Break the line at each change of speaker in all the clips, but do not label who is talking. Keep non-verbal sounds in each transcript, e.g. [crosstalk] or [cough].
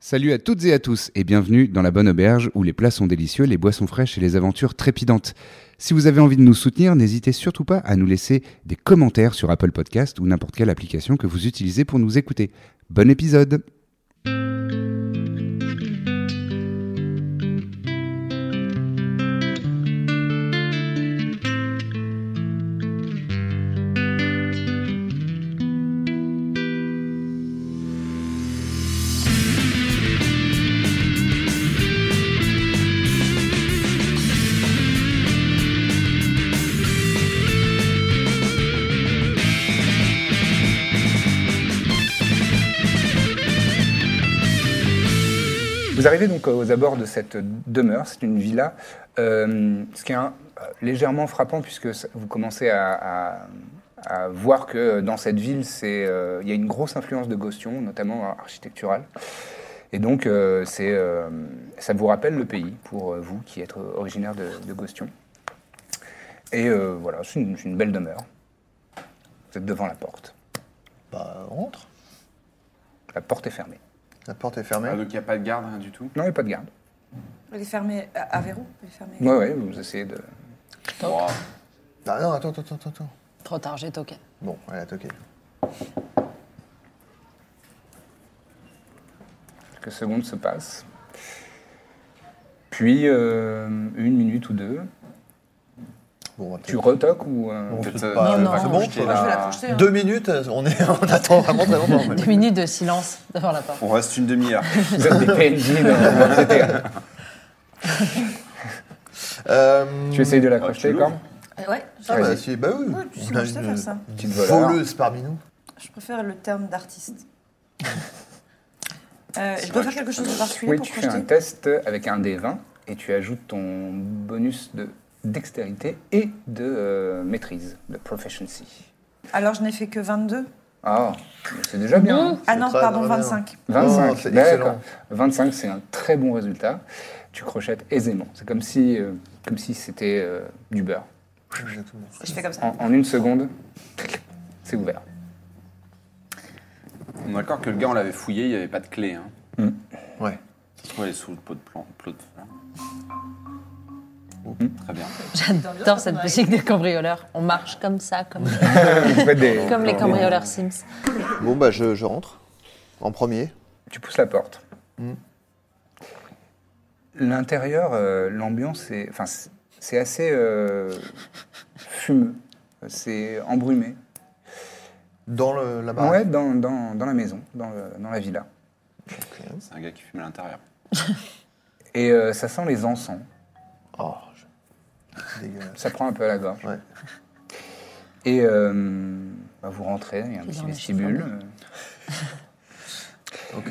Salut à toutes et à tous et bienvenue dans la bonne auberge où les plats sont délicieux, les boissons fraîches et les aventures trépidantes. Si vous avez envie de nous soutenir, n'hésitez surtout pas à nous laisser des commentaires sur Apple Podcast ou n'importe quelle application que vous utilisez pour nous écouter. Bon épisode Vous arrivez donc aux abords de cette demeure, c'est une villa, euh, ce qui est un- euh, légèrement frappant puisque ça- vous commencez à, à- à voir que dans cette ville, c'est, euh, il y a une grosse influence de Gostion, notamment architecturale. Et donc, euh, c'est, euh, ça vous rappelle le pays pour euh, vous qui êtes originaire de, de Gostion. Et euh, voilà, c'est une, c'est une belle demeure. Vous êtes devant la porte.
Bah, on rentre.
La porte est fermée.
La porte est fermée.
Ah, donc il n'y a pas de garde, rien du tout.
Non, il n'y a pas de garde.
Elle est fermée à, à verrou Elle est fermée.
Oui, oui, vous essayez de...
Wow.
Ah non, attends, attends, attends, attends.
Trop tard, j'ai toqué.
Bon, elle a toqué.
Quelques secondes se passent. Puis euh, une minute ou deux.
Bon, on va
Tu
peut-être-
retoques ou. euh,
on
Peut-être,
peut
euh,
pas-
non,
c'est
non,
bon,
je vais
on peut-
la-
Je vais la projeter. hein.
Deux minutes, on, est, [laughs] on attend vraiment très longtemps. mais-
[laughs] Deux minutes de silence devant la porte.
On reste une demi-heure. [laughs]
Vous êtes des
[laughs]
PNJ dans dans le GTA.
Euh,
Tu essayes de
Ah,
l'accrocher,
tu
comme
Euh, ouais, je-
ah, bah,
Vas-y.
si, bah oui,
Ouais, tu sais,
on
moi,
a
je sais
une
faire ça.
Petite voleur.
voleuse parmi nous.
je préfère le terme d'artiste.
[laughs]
Euh, je dois faire quelque chose de particulier
Oui,
pour
tu fais un
projeter.
test avec un D20 et tu ajoutes ton bonus de dextérité et de euh, maîtrise, de proficiency.
Alors, je n'ai fait que 22.
Ah, mais c'est déjà bien. hein.
Ah non,
très
pardon,
bien.
25.
Non,
25,
Oh, c'est
d'accord.
excellent.
25, c'est un très bon résultat. Tu crochettes aisément. C'est comme si, euh, comme si c'était euh, du beurre.
Exactement.
Je fais comme ça.
Ah.
En, en une seconde, c'est ouvert.
On est d'accord que le gars, on l'avait fouillé, il n'y avait pas de clé. Hein.
Ouais.
Ça se trouve, elle est sous le pot de plan. Plot de fleurs. Très bien.
J'adore cette musique des cambrioleurs. On marche comme ça, comme,
Vous faites des-
comme les
des-
cambrioleurs Sims.
Bon, bah, je, je rentre. En premier.
Tu pousses la porte. L'intérieur, euh, l'ambiance, est, enfin, c'est- c'est assez euh, fumeux. C'est embrumé.
Dans le, la
Ouais,
baraque.
dans, dans- dans la maison, dans, le- dans la villa.
C'est un gars qui fume à l'intérieur.
Et euh, ça sent les encens.
Oh, je- dégueulasse.
Ça prend un peu à la gorge.
Ouais.
Et euh, bah, vous rentrez, il y a un
Ils
petit
en achètent
vestibule.
vraiment.
Euh,
Ok.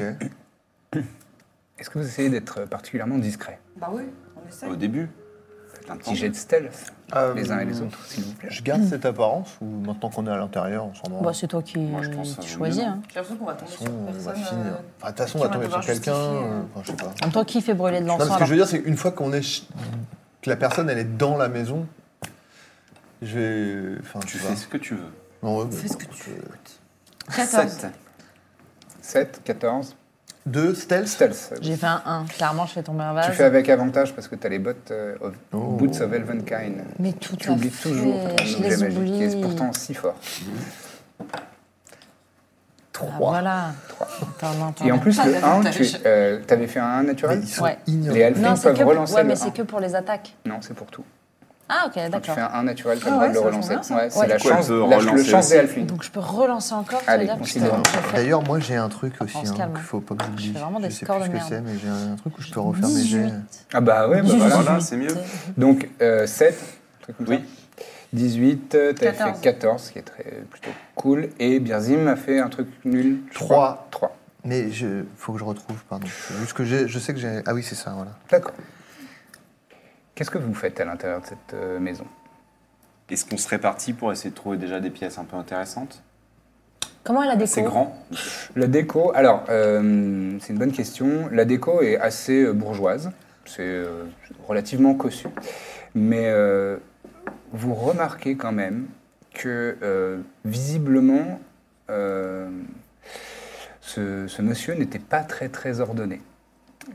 Est-ce que vous essayez d'être particulièrement discret
Bah oui, on essaie.
Au début
Faites Un petit jet de stealth,
Euh,
les uns et les autres, s'il vous plaît.
Je garde cette apparence ou maintenant qu'on est à l'intérieur, on s'en rend
Bah, c'est toi qui,
Moi, je pense
qui
que ça vaut
choisis.
mieux.
Hein.
J'ai l'impression qu'on va tomber
De toute façon,
sur
on va
personne.
finir.
euh,
Enfin, de toute
qui
façon, on va
va
tomber sur
devoir
quelqu'un.
justifier,
euh,
euh.
Enfin, je sais pas.
En toi qui fait brûler de
Non, mais
l'encens.
ce que je veux
alors.
dire, c'est qu'une fois qu'on est. ch- que la personne, elle est dans la maison, je vais. Enfin, je
Tu
sais pas.
fais ce que tu veux.
Non, ouais, bah,
Fais ce que
écoute,
tu
euh,
veux. 14.
7.
7, 14.
Deux stealth
Stealth.
J'ai fait un 1. Clairement, je fais tomber un vase.
Tu fais avec avantage parce que tu as les bottes euh, of-
Oh.
Boots of Elvenkind.
Mais tout
Tu
à
oublies
fait,
toujours ton
Ah, je
objet
les
magique qui est
oublie.
pourtant si fort.
Ah, voilà. Attends, non, attends,
Et en
non.
plus,
Ah,
le
t'as-
1,
t'as
tu
les-
euh, avais fait un 1
Mais
naturel
ils sont
Ouais.
Les
ignorants.
elfes
Non, c'est
peuvent
que, pour...
relancer
ouais,
le
mais
1.
c'est que pour les attaques.
Non, c'est pour tout.
Ah, ok,
Quand tu
d'accord.
fais un 1 naturel, tu as
Ah
le droit de
ouais,
le
ça,
relancer.
j'aime bien, ça.
Ouais, c'est
Ouais.
la
Du coup, elle
chance,
peut
la- le
relancer
chance des
aussi.
Halflings.
Donc, je peux relancer encore. ça veut
Allez,
dire que je
considérons.
peux refaire.
D'ailleurs, moi, j'ai un truc aussi
on se
hein,
calme.
qu'il faut pas que
Je
j'oublie.
fais vraiment
Je
des
sais
scores
plus ce
de
que
merde.
c'est, mais j'ai un truc où je peux refaire mes jets.
18.
Ah bah euh, ouais, bah
Voilà,
voilà.
là, c'est mieux.
Donc 7,
Oui.
18, euh, t'avais
14.
fait 14, ce qui est très, euh, plutôt cool. Et Birzim a fait un truc nul. je
Trois.
crois. Trois.
Mais je, faut que je retrouve, pardon. C'est Juste que j'ai- je sais que j'ai. Ah oui, c'est ça, voilà.
D'accord. Qu'est-ce que vous faites à l'intérieur de cette euh, maison
Est-ce qu'on serait parti pour essayer de trouver déjà des pièces un peu intéressantes
Comment elle a déco
C'est grand.
La déco, alors, euh, c'est une bonne question. La déco est assez euh, bourgeoise, c'est euh, relativement cossu. Mais euh, vous remarquez quand même que euh, visiblement, euh, ce, ce monsieur n'était pas très très ordonné.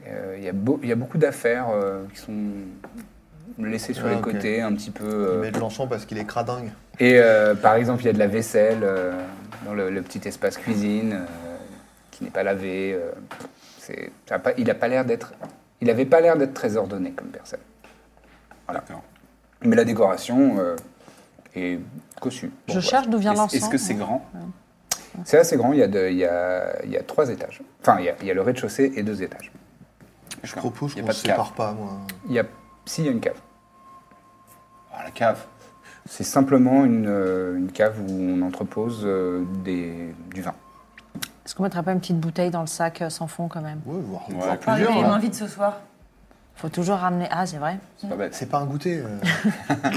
Euh, Il y, a beau- il y a beaucoup d'affaires euh, qui sont laissées sur
Ah,
les
ok.
côtés, un petit peu.
Il
euh,
met de l'encens parce qu'il est cradingue.
et euh, par exemple, il y a de la vaisselle euh, dans le, le petit espace cuisine euh, qui n'est pas lavé. euh, c'est- ça a pas- il a pas l'air d'être, il n'avait pas l'air d'être très ordonné comme personne.
D'accord.
Mais la décoration euh, est cossue. Bon,
Je
voilà.
cherche d'où vient
Est-ce
l'encens.
est-ce que c'est grand
C'est assez grand. Il y a, de- il y a- il y a trois étages. Enfin, il y a, il y a le rez-de-chaussée et deux étages.
Je propose
Il y a
qu'on
pas
ne
de
se
cave.
sépare pas, moi.
Il y a, si, il y a une cave.
Ah, la cave.
C'est simplement une, euh, une cave où on entrepose euh, des- du vin.
Est-ce qu'on mettrait pas une petite bouteille dans le sac euh, sans fond quand même
Ouais, voire,
Ouais,
voire
Ah, mais
plusieurs.
il
là.
m'invite ce soir.
Faut toujours ramener. Ah, c'est vrai.
C'est pas bête.
C'est pas un goûter. euh.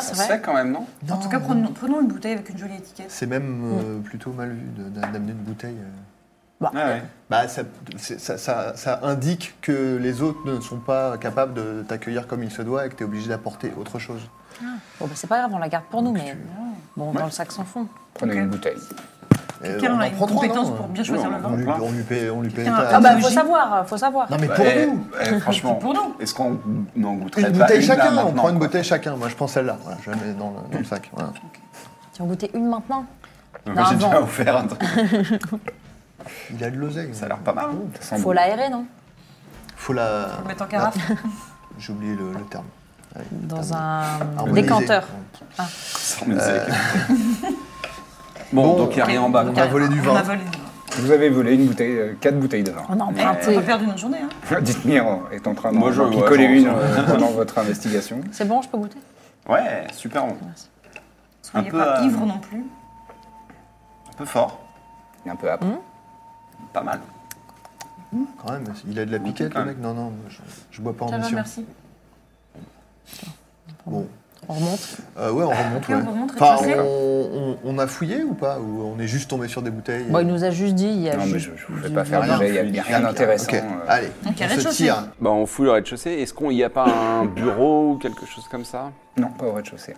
Ça bah,
c'est
se
vrai.
fait quand même, non
En tout cas, prenons, prenons une bouteille avec une jolie étiquette.
C'est
[laughs]
même
Mm.
euh, plutôt mal vu de- d'a- d'amener une bouteille. euh.
Ah ouais.
Bah, ça, c'est- ça, ça- ça indique que les autres ne sont pas capables de t'accueillir comme il se doit et que tu es obligé d'apporter autre chose.
Bon, bah, c'est pas grave, on la garde pour nous, mais euh,
tu-
bon, dans le sac sans fond. Ah,
Prenez
Ok.
une bouteille.
Et
Quelqu'un
Euh, on
a
en
une
prend trois,
compétence
non
pour bien choisir le
Ouais,
vin.
on-
On lui, on lui paie, on lui paie.
Quelqu'un a- Ah
ta-
bah,
Ah bah, faut
Logique.
savoir, euh, faut savoir.
non mais
Bah,
pour
eh,
nous [laughs]
eh, Franchement,
Pour nous.
Est-ce qu'on n'en goûterait
Une
pas
bouteille
là
chacun, on
maintenant,
prend une
quoi
bouteille chacun. Moi je prends celle-là, voilà, je la mets dans le, dans le sac. voilà.
Tu en goûtais une maintenant
Moi, J'ai
Non,
déjà offert un truc.
Il a de l'oseille.
Ça a l'air pas mal. hein.
Ça sent
Faut
bon.
l'aérer, non
Faut la. Ah,
On le met en carafe.
J'ai oublié le, le terme. Allez,
Dans
terme.
un
Harmoniser.
décanteur.
Ça remet avec les- Bon,
Bon,
donc il n'y a rien en bas.
On
a volé du vin.
On a volé du vin.
Vous avez volé une bouteille, euh, quatre bouteilles de vin.
On a
On
emprunté.
euh,
va perdre une journée. Hein.
Dithmir est en train
Moi, je-
d'en
ouais,
picoler
j'en-
une
j'en-
euh, pendant votre investigation.
C'est bon, je peux goûter
Ouais, super bon.
Soyez
Un peu,
pas
euh,
ivre non plus.
Un peu fort,
Il est un peu âpre.
Mmh.
pas mal.
Quand même, il a de la piquette
quand
le
même.
mec. Non, non, moi, je, je bois pas en
Ça va,
mission.
merci.
Bon.
On remonte.
Euh, ouais, on remonte.
Ok,
Ouais.
on remonte,
enfin,
rez-de-chaussée.
on, on- on a fouillé ou pas Ou on est juste tombé sur des bouteilles
Bon,
et-
il nous a juste dit. Il y a
Non, mais
juste
je ne vous fais
du
pas
Ah
faire
vin.
un jet, il n'y a,
fluide.
rien d'intéressant.
Ok,
euh.
allez,
Donc, il y a
on se
rez-de-chaussée.
tire.
Bah, on fouille le rez-de-chaussée. Est-ce qu'il n'y a pas un bureau ou quelque chose comme ça
Non, pas au rez-de-chaussée.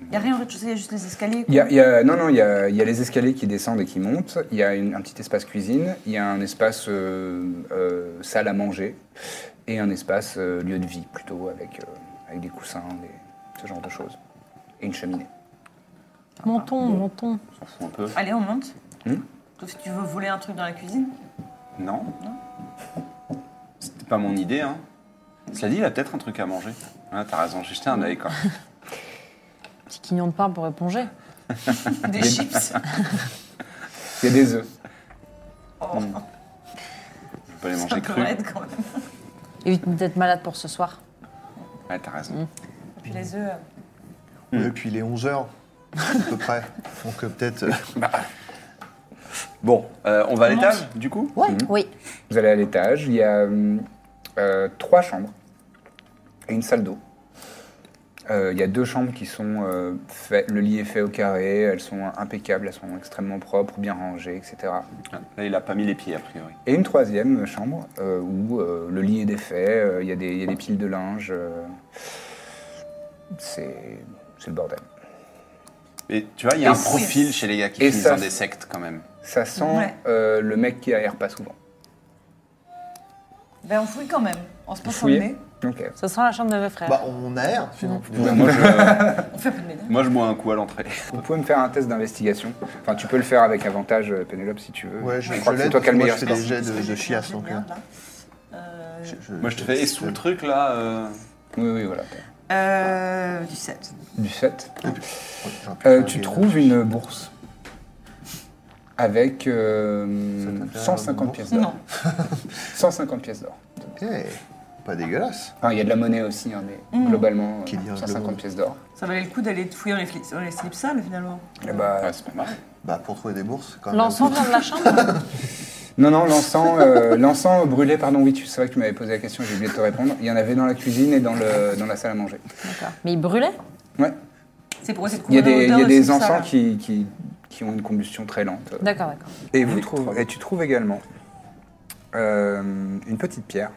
Il n'y a rien au rez-de-chaussée, il y a juste les escaliers.
Il y a- il y a- non, non, il y a, il y a les escaliers qui descendent et qui montent. Il y a une- un petit espace cuisine, il y a un espace euh, euh, salle à manger et un espace euh, lieu de vie plutôt avec, euh, avec des coussins, des- ce genre de choses. Et une cheminée.
Montons, montons.
On s'en fout un peu.
Allez, on monte.
Hmm.
Sauf si tu veux voler un truc dans la cuisine.
Non C'était pas mon idée, hein. Cela dit, il a peut-être un truc à manger. Ah, t'as raison, j'ai jeté un œil, quoi.
Petit quignon de pain pour éponger.
Ah,
Des
[laughs]
chips.
Il y a des œufs.
Oh,
Je peux les
c'est
manger
un peu
crus.
raide quand même.
Évite d'être malade pour ce soir.
Ouais, t'as raison.
Et puis les œufs. euh,
Et puis il est 11h, à peu près. Donc euh,
[laughs]
peut-être. euh,
Bon, euh, on va à
On
l'étage, du coup
Ouais, oui.
Vous allez à l'étage, il y a hum, euh, trois chambres et une salle d'eau. Euh, Il y a deux chambres qui sont euh, fait- le lit est fait au carré, elles sont impeccables, elles sont extrêmement propres, bien rangées, etc.
Là, il a pas mis les pieds, a priori.
Et une troisième chambre euh, où euh, le lit est défait, euh, il y, a des- il y a des piles de linge. euh, c'est c'est le bordel.
Et tu vois, il y a
Et
un
ça-
profil chez les gars qui
et
finissent
ça-
dans des sectes, quand même.
Ça sent
Ouais.
euh, le mec qui aère pas souvent.
Ben, on fouille quand même. On se passe le
Fouillez.
nez.
Ok.
Ça sent la chambre de mes frères.
bah, on aère, sinon.
Ouais, moi, je,
On fait un peu de ménage.
moi, je bois un coup à l'entrée.
[laughs]
Vous pouvez me faire un test d'investigation. Enfin, tu peux le faire avec avantage, euh, Pénélope, si tu veux.
Ouais, je, je
crois que c'est
l'aide,
toi qui as le
moi, je
meilleur
fais
score.
des jets
Parce que
de, de
j'ai
chiasse.
fait un
Donc,
jet de
euh,
merde, là. Euh,
Moi, je te fais, et sous le truc, là euh,
Oui, oui, voilà.
euh, du 7.
Du 7.
Ouais,
Euh, tu
ok,
trouves une bourse avec euh,
Ça t'a fait un
150 [laughs]
bourse
pièces d'or.
Non.
150 pièces d'or.
ok. Pas dégueulasse.
Enfin, il y a de la monnaie aussi, hein, mais globalement, euh,
Qui dirige le
150
monde.
pièces d'or.
Ça valait le coup d'aller fouiller dans les, fli- dans les slips sales finalement.
Et bah,
Ouais, c'est pas mal.
Bah, pour trouver des bourses, quand même.
L'ensemble de la chambre
Non, non, l'encens euh, [laughs] l'encens brûlé, pardon, oui, tu- c'est vrai que tu m'avais posé la question, j'ai oublié de te répondre. Il y en avait dans la cuisine et dans, le, dans la salle à manger.
Mais il brûlait
Ouais.
C'est pour essayer de
Il y a
couvrir
des, il y a
l'odeur
des
slips
encens
sales.
qui, qui, qui ont une combustion très lente.
D'accord, d'accord.
Et, vous trouvez- et tu trouves également euh, une petite pierre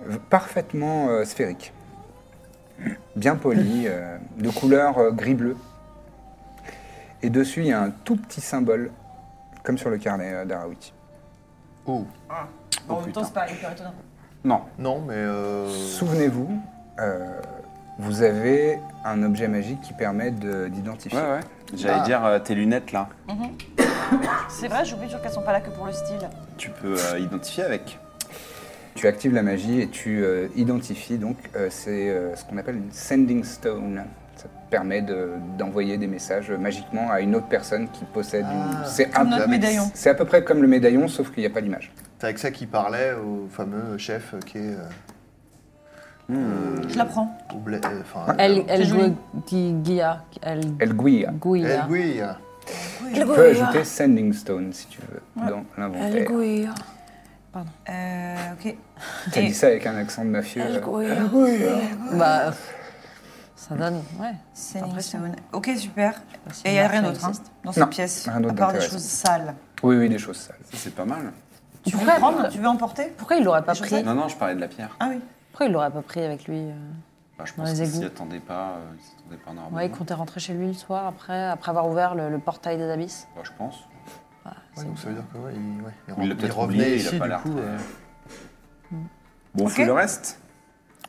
v- parfaitement euh, sphérique, bien polie, euh, de couleur euh, gris-bleu. Et dessus, il y a un tout petit symbole, comme sur le carnet euh, d'Araouti.
Oh.
Bon, en même temps, c'est pas hyper étonnant.
Non,
Non, mais. euh,
Souvenez-vous, euh, vous avez un objet magique qui permet de- d'identifier.
Ouais, ouais. J'allais
Bah.
dire euh, tes lunettes là.
C'est vrai, j'oublie toujours qu'elles sont pas là que pour le style.
Tu peux euh, identifier avec.
Tu actives la magie et tu euh, identifies donc euh, c'est euh, ce qu'on appelle une sending stone. Ça te permet de- d'envoyer des messages magiquement à une autre personne qui possède une.
Ah.
C'est
Comme
un-
notre
avec-
médaillon.
C'est à peu près comme le médaillon, sauf qu'il n'y a pas d'image.
C'est avec ça qu'il parlait au fameux chef qui est. euh,
Je la prends.
au blé- euh, Enfin.
Elle,
C'est
elle
joli.
guilla. Elle
El Guia.
El
guilla.
Guir.
Tu peux ajouter sending stone si tu veux dans l'inventaire.
guilla.
Euh, ok.
T'as dit ça avec un accent de mafieux. euh.
Bah, pff, ça donne, ouais.
Selling
Impressionnant.
Stone. Ok, super.
si
Et il n'y a
Marc,
rien
elle
d'autre hein,
existe.
dans
Non,
cette pièce,
rien d'autre
à part des
d'intéressant.
choses sales.
Oui, oui, des choses sales.
Ça, c'est pas mal.
Tu veux
Pourquoi-
prendre Tu veux emporter
Pourquoi il l'aurait pas
Les
pris
chaussettes
Non, non, je parlais de la pierre.
Ah oui.
Pourquoi il l'aurait pas pris avec lui euh
Bah, je
Dans
pense
les
qu'ils
égouts.
s'y attendaient pas. euh, ils s'y attendaient pas normalement.
Ouais, il comptait rentrer chez lui le soir après, après avoir ouvert le, le portail des abysses.
Bah, je pense.
Ouais, donc ça veut dire que, ouais, il, ouais, il,
Il l'a
re- il
peut-être
revenait
oublié, il a
ici,
pas
du
l'air
coup.
très-
euh,
Bon,
Ok.
fais le reste.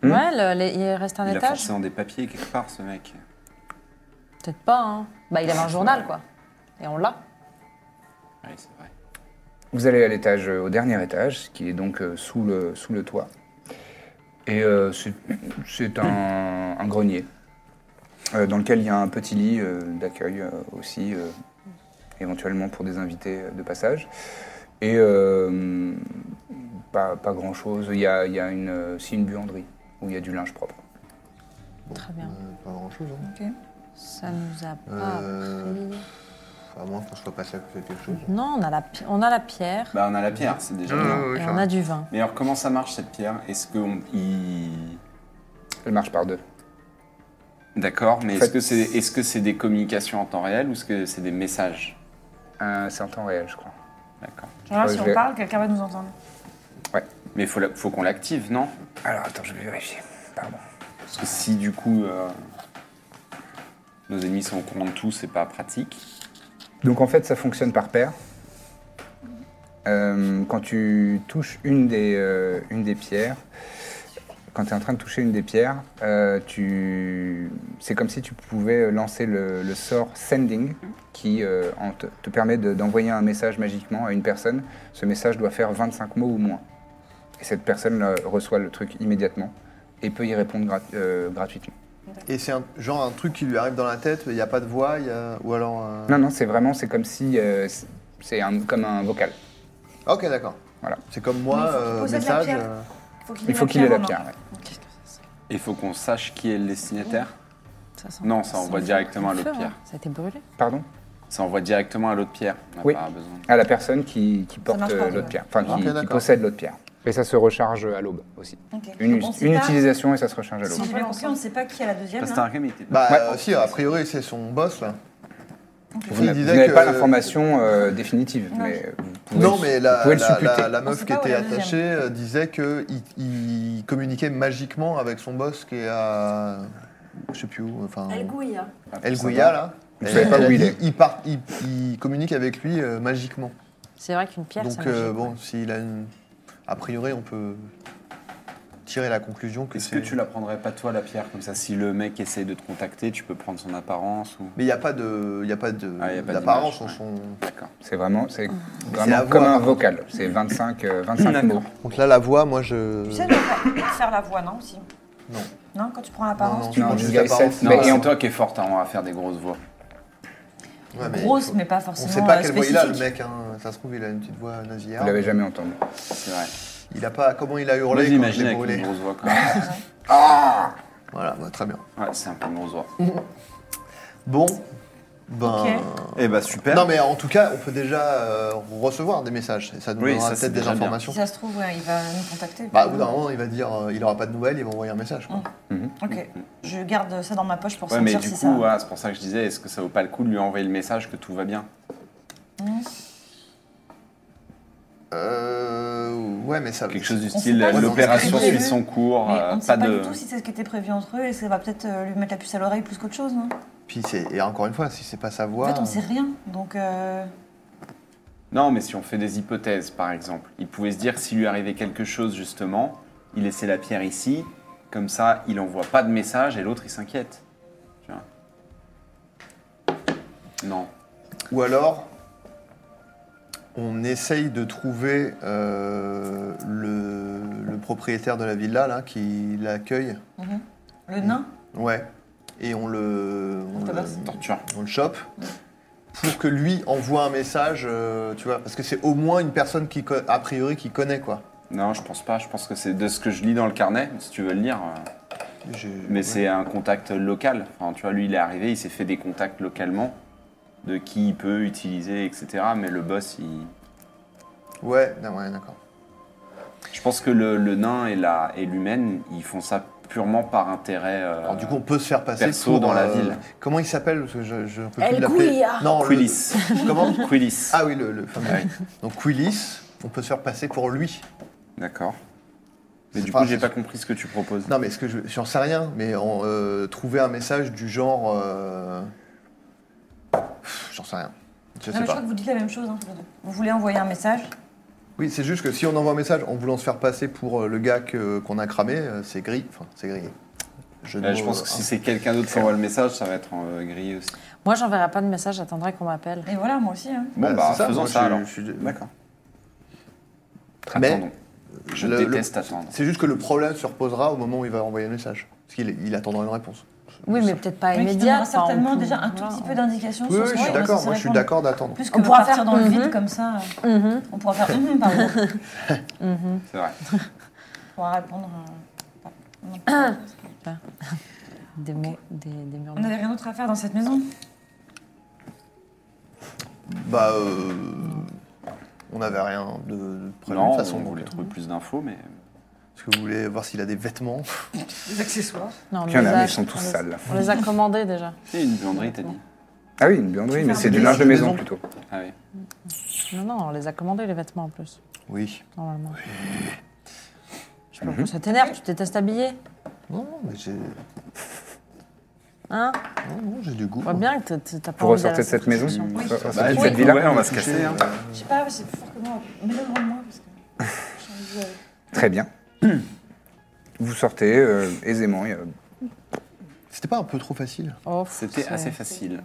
Hmm.
Ouais, le- les- il reste un
Il a
étage
forcément des papiers quelque part, ce mec.
Peut-être pas, hein. Bah, il avait un journal, quoi. Et on l'a.
Oui, c'est vrai.
Vous allez à l'étage, euh, au dernier étage, qui est donc euh, sous, le, sous le toit. Et euh, c'est- c'est un, un grenier euh, dans lequel il y a un petit lit euh, d'accueil euh, aussi, euh, éventuellement pour des invités euh, de passage. Et euh, pas, pas grand-chose. Il y a, il y a une, euh, si une buanderie où il y a du linge propre.
Très bien.
euh, pas grand-chose, hein.
Ça nous a pas
Euh,
pris.
À moins qu'on soit passé à côté de quelque chose.
Non, on a la, pi- on a la pierre
Bah, on a la pierre, c'est
Euh,
déjà bien.
et on a du vin.
Mais alors, comment ça marche cette pierre Est-ce qu'on. il-
Elle marche par deux.
D'accord, mais
En fait-
est-ce que c'est est -ce c'est des communications en temps réel ou est-ce que c'est des messages
Un c'est en temps réel, je crois.
D'accord.
Genre là,
Ouais,
si
je
on
vais-
parle, quelqu'un va nous entendre.
Mais il faut, la- faut qu'on l'active, non
Alors attends, je vais vérifier. Pardon.
Parce que si du coup euh, nos ennemis sont au courant de tout, c'est pas pratique.
Donc en fait, ça fonctionne par paire. Euh, quand tu touches une des, euh, une des pierres, quand tu es en train de toucher une des pierres, euh, tu... c'est comme si tu pouvais lancer le, le sort Sending qui euh, en te, te permet de- d'envoyer un message magiquement à une personne. Ce message doit faire 25 mots ou moins. Et cette personne euh, reçoit le truc immédiatement et peut y répondre grat- euh, gratuitement.
Et c'est un, genre un truc qui lui arrive dans la tête, il n'y a pas de voix, il y a, ou alors... euh,
Non, non, c'est vraiment, c'est comme si, euh, c'est- c'est un- comme un vocal.
Ah, Ok, d'accord.
Voilà.
C'est comme moi,
Mais il faut qu'il
euh,
possède la
message...
pierre.
euh,
Il faut qu'il ait la
en main.
pierre. ouais.
Qu'est-ce que c'est, ça
Il faut qu'on sache qui est le destinataire.
Ça sent-
Non, ça envoie
sent
directement à
le
l'autre
feu,
pierre.
hein. Ça a été brûlé.
Pardon
Ça envoie directement à l'autre pierre. On n'a
Oui.
pas besoin. de-
À la personne qui, qui porte
marche
euh,
par deux,
l'autre
ouais.
pierre, enfin
Ok,
qui, qui
d'accord.
possède l'autre pierre. Et ça se recharge à l'aube aussi.
Ok.
Une,
On sait
une
pas-
utilisation et ça se recharge à
Si
l'aube.
j'ai bien compris, on ne sait pas qui a la deuxième.
Parce que
hein.
Arkham, il était-
Bah
Ouais.
euh, si, a priori c'est son boss là.
Vous
Il
n'a- vous
disait
n'avez
que-
pas l'information euh, définitive, mais vous pouvez,
non mais
vous
la,
pouvez
la,
le supputer.
la- la
On
meuf
sait
qui
pas où
était
est la deuxième.
attachée euh, disait que il, il communiquait magiquement avec son boss qui est à... Je sais plus où, enfin...
Guilla.
El Guia là.
Vous
Et
savez pas
elle
où
a
il
dit,
est.
Il, part, il, il communique avec lui euh, magiquement.
C'est vrai qu'une pierre, ça
Donc
marche.
euh, bon, s'il a une... A priori on peut tirer la conclusion que
Est-ce
c'est...
que tu la prendrais pas toi la pierre comme ça Si le mec essaye de te contacter, tu peux prendre son apparence ou.
Mais il n'y a pas de, il y a pas de,
Ah, il y a pas
d'apparence
d'image,
on s'en-
D'accord.
C'est vraiment,
Mm.
c'est
c'est
vraiment
la voix,
comme un
par
vocal. C'est 25, euh, 25 mots.
Donc là, la voix, moi, je.
Tu sais, le- faire la voix, non aussi
Non.
Non, quand tu prends l'apparence,
Non,
tu
non.
Non,
juste
jusqu'à
l'apparence.
sept.
Non,
Mais- et
c'est
en-
toi qui es forte, hein, on va faire des grosses voix.
Ouais, mais
Grosse,
faut-
mais pas
On
forcément.
sait pas
euh,
quelle voix il a, le
spécifique.
mec. hein. Ça se trouve, il a une petite voix nasillarde.
vous l'avez jamais entendu.
C'est vrai.
Il a pas. Comment il a
On
hurlé
les
quand je
imagine
l'ai
avec
brûlé
une grosse voix quand même.
Voilà, bah, très bien.
[laughs] Ouais, c'est un peu une grosse voix.
Bon, ben.
Ok.
Eh bah super.
Non, mais en tout cas, on peut déjà euh, recevoir des messages. Et ça nous
Oui,
donnera
ça, c'est
peut-être des
déjà bien.
informations.
Si ça se trouve, ouais, il va nous contacter.
Bah, au bout d'un moment, il va dire, euh, il aura pas de nouvelles, il va envoyer un message.
Mm.
quoi.
Ok, je garde ça dans ma poche pour
Ouais, mais
sentir
du
si
coup,
ça.
voilà, c'est pour ça que je disais, est-ce que ça vaut pas le coup de lui envoyer le message que tout va bien
Euh, ouais, mais ça.
Quelque chose du
sait
style, euh,
pas si c'est
l'opération
prévu.
suit son cours,
Mais
euh,
on ne
pas
sait pas
de...
du tout si c'est ce qui était prévu entre eux et ça va peut-être euh, lui mettre la puce à l'oreille plus qu'autre chose, non
Puis c'est et encore une fois, si c'est pas sa voix.
En fait, on sait rien, donc euh,
Non, mais si on fait des hypothèses, par exemple, il pouvait se dire s'il lui arrivait quelque chose, justement, il laissait la pierre ici, comme ça, il envoie pas de message et l'autre, il s'inquiète. Tu vois Non.
Ou alors, on essaye de trouver euh, le, le propriétaire de la villa là qui l'accueille.
le
Mm.
nain,
Ouais. Et on le on, le,
Torture.
on le chope pour que lui envoie un message, euh, tu vois, parce que c'est au moins une personne qui co- a priori qui connaît quoi.
Non, je pense pas. Je pense que c'est de ce que je lis dans le carnet, si tu veux le lire. euh,
Je-
Mais
ouais.
c'est un contact local. Enfin, tu vois, lui, il est arrivé, il s'est fait des contacts localement de qui il peut utiliser, etc. Mais le boss, il...
Ouais, non, ouais, d'accord.
je pense que le, le nain et la et l'humaine, ils font ça purement par intérêt. euh,
Alors du coup, on peut se faire passer
perso
pour,
dans la
euh,
ville.
Comment il s'appelle Parce que je, je peux
El
plus l'appeler.
Gouilla.
Non, le-
Quillis.
[laughs]
[laughs]
Comment
Quillis.
Ah oui, le, le fameux.
Ouais.
Donc Willis, on peut se faire passer pour lui.
D'accord. Mais
C'est
du
pas-
coup, j'ai pas compris ce que tu proposes.
Non, mais ce que je, j'en sais rien, mais en, euh, trouver un message du genre, euh, pff, j'en sais rien. Je
Non,
sais
mais je
pas.
crois que vous dites la même chose. hein, tous les deux. Vous voulez envoyer un message
Oui, c'est juste que si on envoie un message en voulant se faire passer pour euh, le gars que- qu'on a cramé, euh, c'est gris. Enfin, c'est grillé. de
Là, je
mots,
pense
euh,
que si c'est quelqu'un d'autre qui envoie le message, ça va être euh, grillé aussi.
Moi, j'enverrai pas de message, j'attendrai qu'on m'appelle.
Et voilà, moi aussi. hein.
Bon,
Bah,
bah,
c'est ça,
faisons
moi,
ça
je-
alors.
je suis-
D'accord.
Mais-
Attendons. Je
Le- le-
déteste attendre.
C'est juste que le problème se reposera au moment où il va envoyer le message. Parce qu'il il attendra une réponse.
Oui, mais peut-être pas
Oui, qui
immédiat.
donnera
enfin, on
certainement
peut- euh,
déjà un tout
voilà,
petit
on-
peu d'indication
Oui,
sur
oui,
ce
je suis
qu'on va
d'accord.
se
Moi, je suis
répondre.
d'accord d'attendre.
Plus que
On
de
pourra
partir
faire-
dans le vide
Mhm.
comme ça,
Mhm,
on pourra faire hum, par exemple.
mhm.
C'est vrai.
On pourra répondre. euh, non.
Des mots, des, des murmures.
On n'avait rien d'autre à faire dans cette maison.
Bah, euh, on n'avait rien de, de prévu de
Non,
toute façon.
on
donc,
voulait
euh,
trouver plus d'infos, mais...
Est-ce que vous voulez voir s'il a des vêtements
Des accessoires.
Non, on
Il y en
les
a,
a-
mais ils sont tous
on les-
sales.
On les a commandés déjà.
C'est une buanderie, t'as dit
Ah oui, une buanderie, mais
faire
c'est
des
du linge de
maisons.
maison plutôt.
Ah oui.
Non, non, on les a commandés les vêtements en plus,
Oui.
normalement. Je
Mhm.
sais pas pourquoi ça t'énerve, tu détestes habiller.
Non, non, mais j'ai
Hein
non, non, j'ai du goût.
On voit bien que t'- t'as pas
Vous
envie d'aller
ressortez de
à
cette maison
construction.
Oui.
Vous ressortez
Bah,
de
du
cette
coup,
villa
ouais, on va se
Touché,
casser. hein.
euh,
Je sais pas, c'est plus fort que moi. Mets-le devant moi parce que j'ai envie de.
Très bien. Vous sortez euh, aisément. il y a-
C'était pas un peu trop facile
Oh, pff,
C'était
c'est-
assez facile.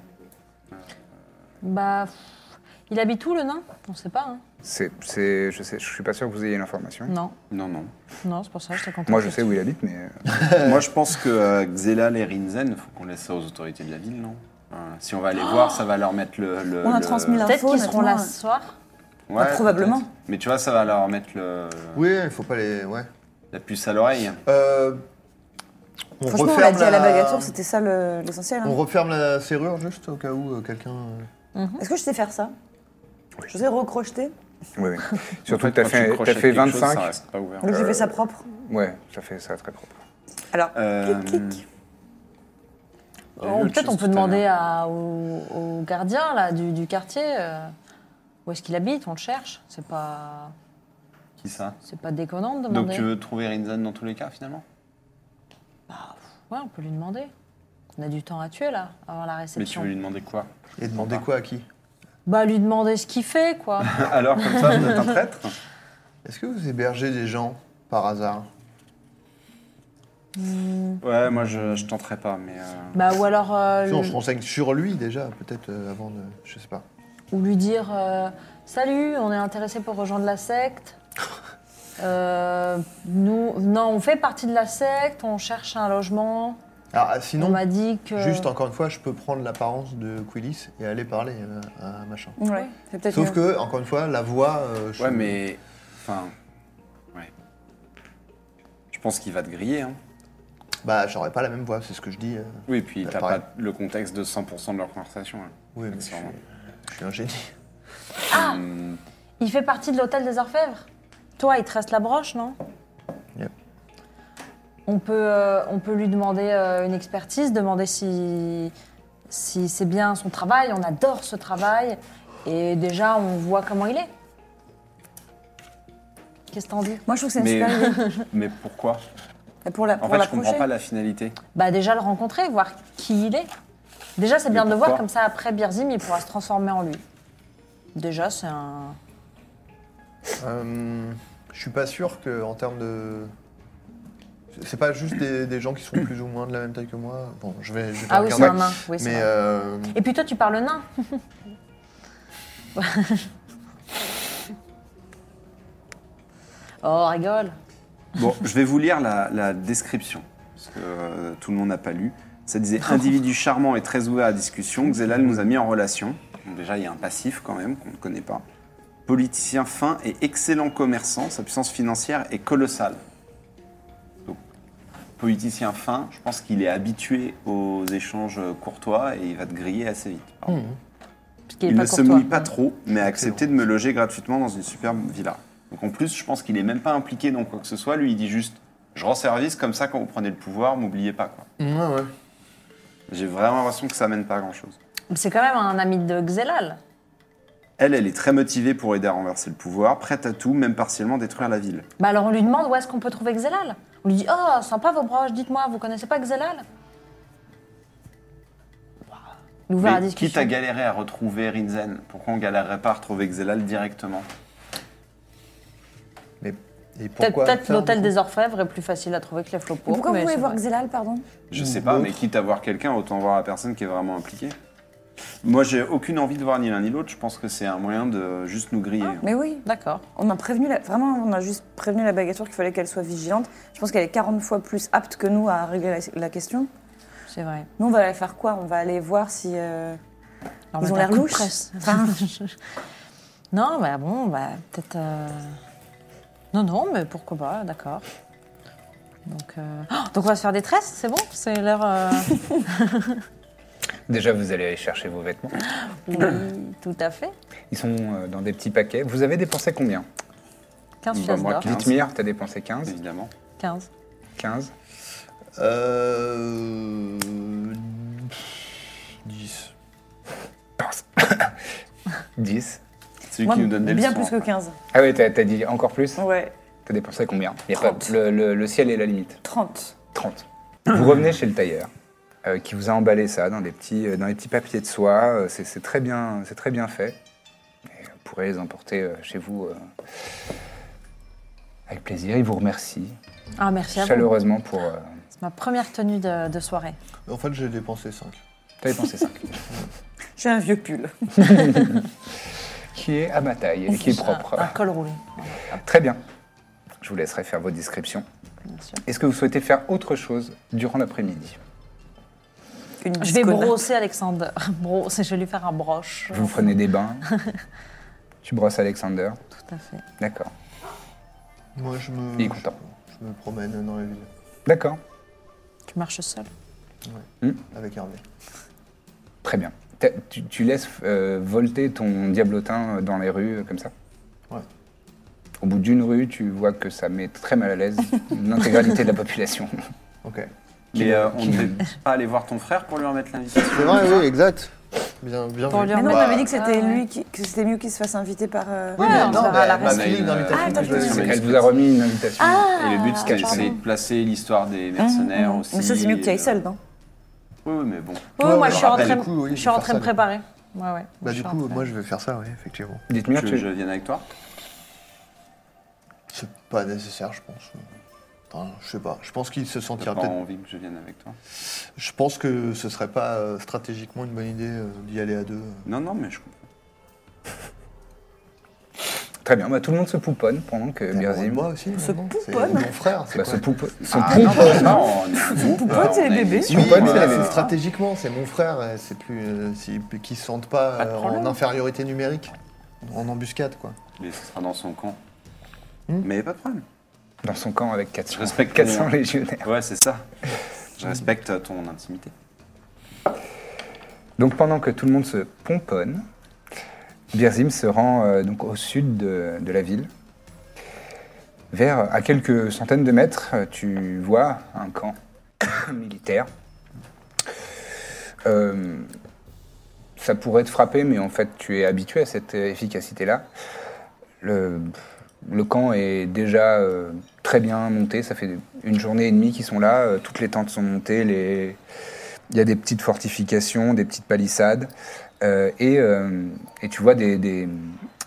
Bah, pff, il habite où le nain On sait pas. Hein.
C'est, c'est- je sais, je suis pas sûr que vous ayez l'information.
Non,
Non, non.
non, c'est pour ça que je t'ai contacté.
Hein Moi, je sais où il habite, mais euh,
Moi, je pense que euh, Xelal et Rinzen, faut qu'on laisse ça aux autorités de la ville, non Hein, Si on va
Oh.
aller voir, ça va leur mettre le. le-
On a
le-
transmis la-
Peut-être
Info,
qu'ils seront là
honnêtement,
ce soir.
Ouais,
Ah, probablement.
peut-être. Mais tu vois, ça va leur mettre le,
Oui, il faut pas les. Ouais.
la puce à l'oreille.
Euh, on
Franchement, on l'a
referme
dit à la bagatour, c'était ça le- l'essentiel. hein.
On referme la serrure juste au cas où euh, quelqu'un. euh,
Est-ce que je sais faire ça Je sais recrocheter.
[laughs]
oui, oui. Surtout
En
que t'as
quand tu
fait,
crochettes
t'as fait
quelque chose,
25.
ça reste pas ouvert.
Donc
Euh,
j'ai fait ça propre.
ouais, ça fait ça très propre.
Alors,
Euh,
clic, clic.
J'ai
On-
vu autre
Peut-être on
chose tout
peut
à
demander
l'heure.
à, au, au gardien là, du, du quartier euh, où est-ce qu'il habite, on le cherche. C'est pas,
Qui ça
c'est pas déconnant de demander.
Donc tu veux trouver Rinzen dans tous les cas, finalement
Ouais, on peut lui demander. On a du temps à tuer là, avant la
Mais tu
réception.
veux lui demander quoi [laughs]
Et demander quoi à qui
Bah lui demander ce qu'il fait
[laughs]
quoi.
Alors, comme ça, vous êtes un traître
[laughs]
Est-ce que vous hébergez des gens par hasard
Ouais, moi, je, je tenterai pas, mais. euh,
bah ou alors euh,
Sinon, on
lui-
se renseigne sur lui déjà, peut-être euh, avant de. Je sais pas.
ou lui dire euh, salut, on est intéressé pour rejoindre
[laughs]
la secte. Euh, nous, non, on fait partie de la secte, on cherche un logement.
Alors, ah,
on
sinon,
m'a dit que
euh,
juste encore une fois, je peux prendre l'apparence de Quillis et aller parler euh, à machin.
Ouais, c'est peut-être
Sauf
mieux.
que, encore une fois, la voix. euh, je-
Ouais, mais. Enfin. Ouais. Je pense qu'il va te griller. Hein.
Bah, j'aurais pas la même voix, c'est ce que je dis. euh.
Oui, puis
Bah,
t'as
pareil.
pas le contexte de 100% de leur conversation. hein.
Oui, mais je suis,
Sûrement.
je suis un génie.
Ah,
Hum,
Il fait partie de l'hôtel des Orfèvres Toi, il te reste la broche, non
Yep.
on, peut, euh, on peut lui demander euh, une expertise, demander si, si c'est bien son travail. On adore ce travail. Et déjà, on voit comment il est. Qu'est-ce que t'en dis
Moi, je trouve que c'est une
mais,
super idée.
mais pourquoi
Et Pour la,
En
pour
fait, je comprends
l'approcher.
pas la finalité.
Bah déjà le rencontrer, voir qui il est. Déjà c'est
Mais
bien de le voir,
pourquoi
comme ça après Birzim il pourra se transformer en lui. Déjà c'est un...
Euh, je suis pas sûr que en termes de. C'est pas juste des, des gens qui sont plus ou moins de la même taille que moi. Bon, je vais. Je vais pas
Ah oui c'est
regarder.
un nain, oui c'est
Mais
vrai.
euh,
Et puis toi tu parles nain. oh rigole.
Bon, je vais vous lire la, la description, parce que euh, tout le monde n'a pas lu. Ça disait individu charmant et très ouvert à la discussion. Xelal nous a mis en relation. Donc déjà, il y a un passif quand même qu'on ne connaît pas. Politicien fin et excellent commerçant. Sa puissance financière est colossale. Donc, politicien fin, je pense qu'il est habitué aux échanges courtois et il va te griller assez vite.
Parce qu'il est
Il ne
pas
se
courtois.
mouille pas trop, mais a accepté de me loger gratuitement dans une superbe villa. Donc en plus, je pense qu'il est même pas impliqué dans quoi que ce soit. Lui, il dit juste Je rends service, comme ça, quand vous prenez le pouvoir, m'oubliez pas. quoi.
ouais, ouais.
J'ai vraiment l'impression que ça mène pas à grand chose.
Mais C'est quand même un ami de Xelal.
Elle, elle est très motivée pour aider à renverser le pouvoir, prête à tout, même partiellement détruire la ville.
Bah alors on lui demande où est-ce qu'on peut trouver Xelal. On lui dit oh sympa vos broches, dites-moi vous connaissez pas Xelal Bah, Il est ouvert à la
Mais quitte
discussion.
à galérer à retrouver Rinzen, pourquoi on galérerait pas à retrouver Xelal directement
Mais et
Peut-être
pourquoi
peut-être
faire
l'hôtel
beaucoup
des Orfèvres est plus facile à trouver que les flopots.
Mais Pourquoi
mais
vous voulez
c'est
voir
vrai.
Xelal, pardon
Je sais pas, mais quitte à voir quelqu'un, autant voir la personne qui est vraiment impliquée. Moi, j'ai aucune envie de voir ni l'un ni l'autre. Je pense que c'est un moyen de juste nous griller.
Ah.
Mais oui.
D'accord.
On a prévenu, la- vraiment, on a juste prévenu la bagatoire qu'il fallait qu'elle soit vigilante. Je pense qu'elle est 40 fois plus apte que nous à régler la, la question.
C'est vrai.
Nous, on va aller faire quoi On va aller voir si. euh,
Alors,
Ils ont
mettre un
l'air
coup de
louches.
presse.
Enfin,
Non, bah bon, bah peut-être. euh, Non, non, mais pourquoi pas, d'accord. Donc, euh, oh, donc on va se faire des tresses, c'est bon C'est l'heure. euh,
Déjà, vous allez aller chercher vos vêtements.
Oui, tout à fait.
Ils sont euh, dans des petits paquets. Vous avez dépensé combien
15
Bah,
pièces
moi,
d'or.
15.
Dithmir, t'as dépensé 15.
Évidemment.
15.
15.
Euh. 10.
10.
C'est lui
moi,
qui nous donne des
bien
leçons.
plus que 15.
Ah oui, t'as t'as dit encore plus
Ouais,
T'as dépensé combien Il y a
30.
pas- le, le- le ciel est la limite.
30.
30. Vous revenez chez le tailleur, euh, qui vous a emballé ça dans des petits, euh, dans des petits papiers de soie. euh, c'est- C'est très, bien- c'est très bien fait. Et vous pourrez les emporter euh, chez vous euh, avec plaisir. Il vous remercie
Ah, merci à vous.
chaleureusement pour... euh,
C'est ma première tenue de, de soirée.
En fait, j'ai dépensé 5.
T'as dépensé 5.
J'ai un vieux pull.
[laughs]
[laughs]
qui est à ma taille et qui est propre.
Un, un col roulé.
Ah. Très bien. Je vous laisserai faire vos descriptions.
Bien sûr.
Est-ce que vous souhaitez faire autre chose durant l'après-midi
Une
Je vais
discona.
brosser Alexandre. [laughs] Brosser, je vais lui faire un broche.
Vous prenez des [laughs] bains. tu brosses Alexander.
Tout à fait.
D'accord.
Moi, je me.
Il est content.
Je, je me promène dans la ville
D'accord.
Tu marches seul.
avec Hervé.
Très bien. T'as- Tu, tu laisses euh, volter ton diablotin euh, dans les rues euh, comme ça
Ouais.
Au bout d'une rue, tu vois que ça met très mal à l'aise [laughs] l'intégralité de la population.
Ah,
Ok.
Mais euh, on ne devait pas aller voir ton frère pour lui remettre l'invitation.
C'est vrai, oui, exact. Bien, bien
Pour
vu.
lui
Mais non, on
Bah,
m'avait dit que c'était
ah ouais.
lui qui, que c'était mieux qu'il se fasse inviter par. euh,
Oui,
Ouais,
mais
on
non,
verra
bah,
à la
parce
rescousse.
qu'il y a une invitation
Ah,
que
t'as
je voulais
fait.
faire.
Elle vous a remis une invitation.
Et le but, c'était
pardon.
d'essayer de placer l'histoire des mercenaires aussi.
Mais Mmh, ça, c'est mieux que tu
et
ailles
de-
seul, non
Oui, oui, mais bon.
Oui,
Ouais,
moi
ouais,
je suis en
rappelle,
train,
du coup, oui,
je suis en
faire
train
ça,
de
oui.
préparer. Ouais, ouais.
Bah,
Je
du
suis en
coup,
train.
moi, je vais faire ça, oui, effectivement.
Tu
Dites-moi,
veux que je
tu...
vienne avec toi
C'est pas nécessaire, je pense. Enfin, je sais pas. Je pense qu'il se
T'as
sentira
pas
peut-être.
envie que je vienne avec toi
Je pense que ce serait pas euh, stratégiquement une bonne idée euh, d'y aller à deux.
Non, non, mais je comprends.
Très bien. Bah, tout le monde se pouponne pendant que
Bien
Birzim...
moi aussi.
Se
maintenant. C'est
pouponne.
Mon frère, c'est
Bah,
quoi
se poupo- se
Ah,
pouponne.
non, bah, non, on est un groupe.
pote,
euh,
c'est
on
les
a une
bébés.
mission,
Oui,
pouponne,
mais
quoi.
là,
euh,
c'est stratégiquement, c'est mon frère, et c'est plus euh, si- qu'ils se sentent pas
Pas de
euh, en
problème.
infériorité numérique, en embuscade quoi.
Mais ce sera dans son camp.
Hmm.
Mais pas de problème.
dans son camp avec 400,
Je respecte
400
ton-
légionnaires.
Ouais, c'est ça. Je respecte euh, ton intimité.
Donc pendant que tout le monde se pomponne, Birzim se rend euh, donc au sud de, de la ville. Vers, à quelques centaines de mètres, euh, tu vois un camp [coughs] militaire. Euh, ça pourrait te frapper, mais en fait, tu es habitué à cette efficacité-là. Le, le camp est déjà euh, très bien monté. Ça fait une journée et demie qu'ils sont là. Euh, Toutes les tentes sont montées. Les, il y a des petites fortifications, des petites palissades. Euh, et, euh, et tu vois des, des-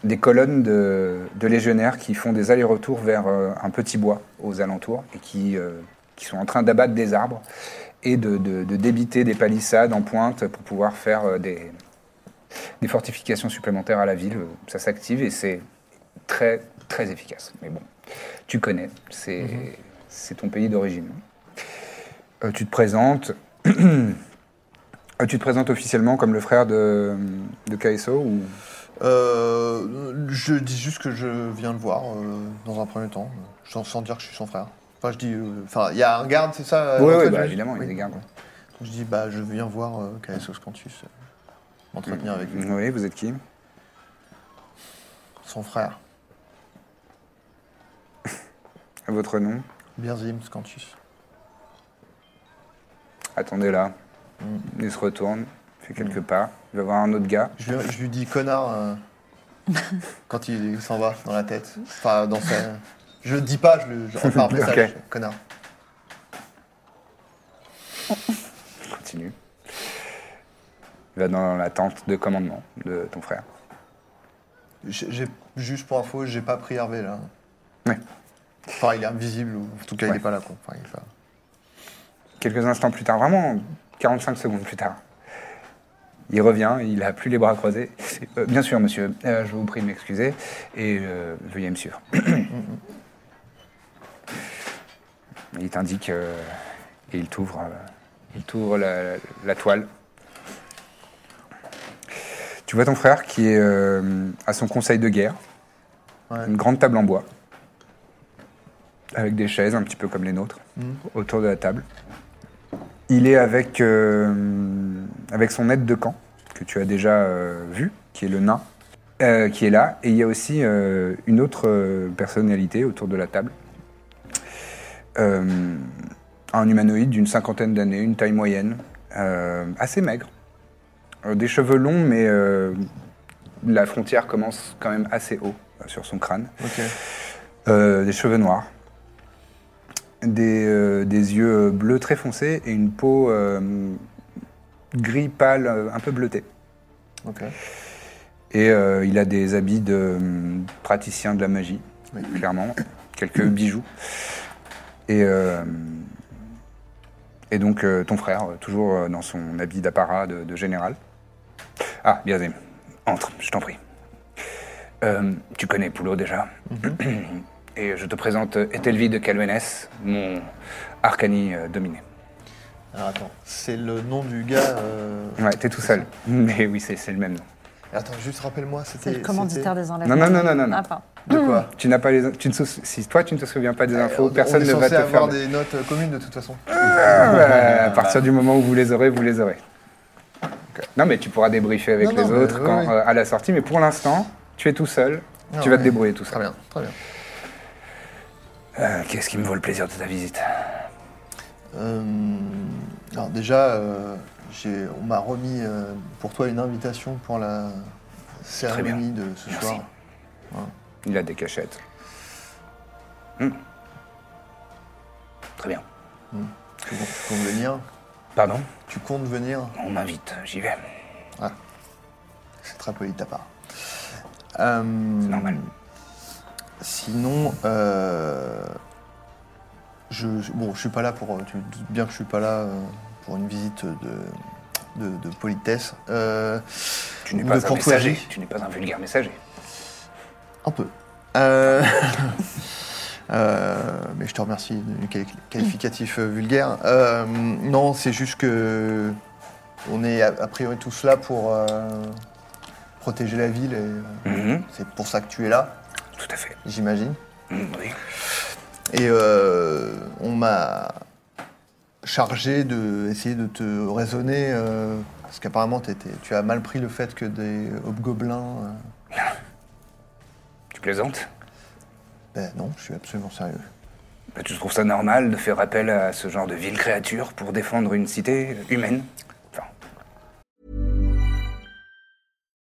des colonnes de, de légionnaires qui font des allers-retours vers euh, un petit bois aux alentours et qui, euh, qui sont en train d'abattre des arbres et de, de- de débiter des palissades en pointe pour pouvoir faire euh, des, des fortifications supplémentaires à la ville. Ça s'active et c'est très, très efficace. Mais bon, tu connais, c'est c'est ton pays d'origine. Euh, tu te présentes, Euh, tu te présentes officiellement comme le frère de, de KSO ou...
Euh, je dis juste que je viens le voir euh, dans un premier temps, euh, sans, sans dire que je suis son frère. Enfin, je dis, euh, enfin, il y a un garde, c'est ça à
Oui,
l'entrée,
oui, bah,
j'imagine
évidemment, il y a
Oui.
des gardes.
Donc je dis, bah, je viens voir euh, KSO Scantus, euh,
Mm.
m'entretenir avec lui.
Oui, vous êtes qui
Son frère,
Votre nom
Birzim Scantus.
Attendez là. Il se retourne, fait quelques pas. Il va voir un autre gars.
Je, lui- je lui dis connard euh, quand il s'en va dans la tête. Enfin, dans sa... Je le dis pas, je
[laughs]
le je, enfin, un
Ok.
message, connard.
Il Continue. Il va dans la tente de commandement de ton frère.
J'ai- j'ai- juste pour info, j'ai pas pris Hervé là.
Ouais.
Enfin, il est invisible, ou en tout cas, il
Ouais.
est pas là quoi. Enfin, il est pas-
Quelques instants plus tard, vraiment 45 secondes plus tard, il revient, il a plus les bras croisés. Euh, bien sûr, monsieur, euh, je vous prie de m'excuser et euh, veuillez me suivre. [coughs] il t'indique euh, et il t'ouvre, euh, il t'ouvre la, la toile. Tu vois ton frère qui est euh, à son conseil de guerre,
Ouais.
une grande table en bois, avec des chaises un petit peu comme les nôtres, autour de la table. Il est avec, euh, avec son aide de camp, que tu as déjà euh, vu, qui est le nain, euh, qui est là. Et il y a aussi euh, une autre euh, personnalité autour de la table. Euh, un humanoïde d'une cinquantaine d'années, une taille moyenne, euh, assez maigre. Euh, des cheveux longs, mais euh, la frontière commence quand même assez haut euh, sur son crâne.
Ok.
Euh, des cheveux noirs, des, euh, des yeux bleus très foncés et une peau euh, gris pâle, euh, un peu bleutée.
Ok.
Et euh, il a des habits de euh, praticien de la magie,
Oui.
clairement, quelques bijoux. Et, euh, et donc euh, ton frère, euh, toujours euh, dans son habit d'apparat de, de général. Ah, Biazim, entre, je t'en prie. Euh, tu connais Poulot déjà Et je te présente Ethelvi de Calvenès, mon Arcani euh, dominé.
Alors attends, c'est le nom du gars. euh,
Ouais, t'es tout seul. [laughs] Mais oui, c'est c'est le même nom.
Attends, juste rappelle-moi, c'était.
C'est le commanditaire
c'était-
des enlèvements.
Non, non, non, non, non, non.
Ah, pardon.
De quoi
Tu n'as pas les. tu ne sou- Si toi, tu ne te souviens pas des infos,
Euh, On-
personne
on est
ne va
censé
te faire.
avoir des notes euh, communes de toute façon.
Ah, bah, à partir du moment où vous les aurez, vous les aurez. Non, mais tu pourras débriefer avec
Non, non,
les
mais
autres
oui,
quand,
oui.
euh, à la sortie, mais pour l'instant, tu es tout seul.
Ah,
tu vas te
ouais.
débrouiller tout
Très
seul.
bien, très bien.
Euh, Qu'est-ce qui me vaut le plaisir de ta visite
Euh, alors déjà, euh, j'ai- on m'a remis euh, pour toi une invitation pour la cérémonie de ce
Merci.
soir.
Il a des cachettes. Hmm. Très bien.
Tu, com- tu comptes venir
Pardon
Tu comptes venir
On m'invite, j'y vais.
C'est très poli de ta part. Euh,
C'est normal.
Sinon, euh, je, je- bon, je suis pas là pour. Tu te doutes bien que je suis pas là euh, pour une visite de, de, de politesse. Euh,
Tu n'es
ou
pas
de
un
courtoisie.
messager. Tu n'es pas un vulgaire messager.
Un peu. Euh, [laughs] euh, mais je te remercie du quali- qualificatif euh, vulgaire. Euh, non, c'est juste que on est a, a priori tous là pour euh, protéger la ville et euh,
Mhm,
c'est pour ça que tu es là,
Tout à fait.
j'imagine.
Mhm, oui.
Et euh, on m'a chargé de essayer de te raisonner, euh, parce qu'apparemment t'étais- tu as mal pris le fait que des hobgoblins. euh,
Tu plaisantes
Ben non, je suis absolument sérieux.
Bah, Tu trouves ça normal de faire appel à ce genre de ville créature pour défendre une cité humaine Enfin,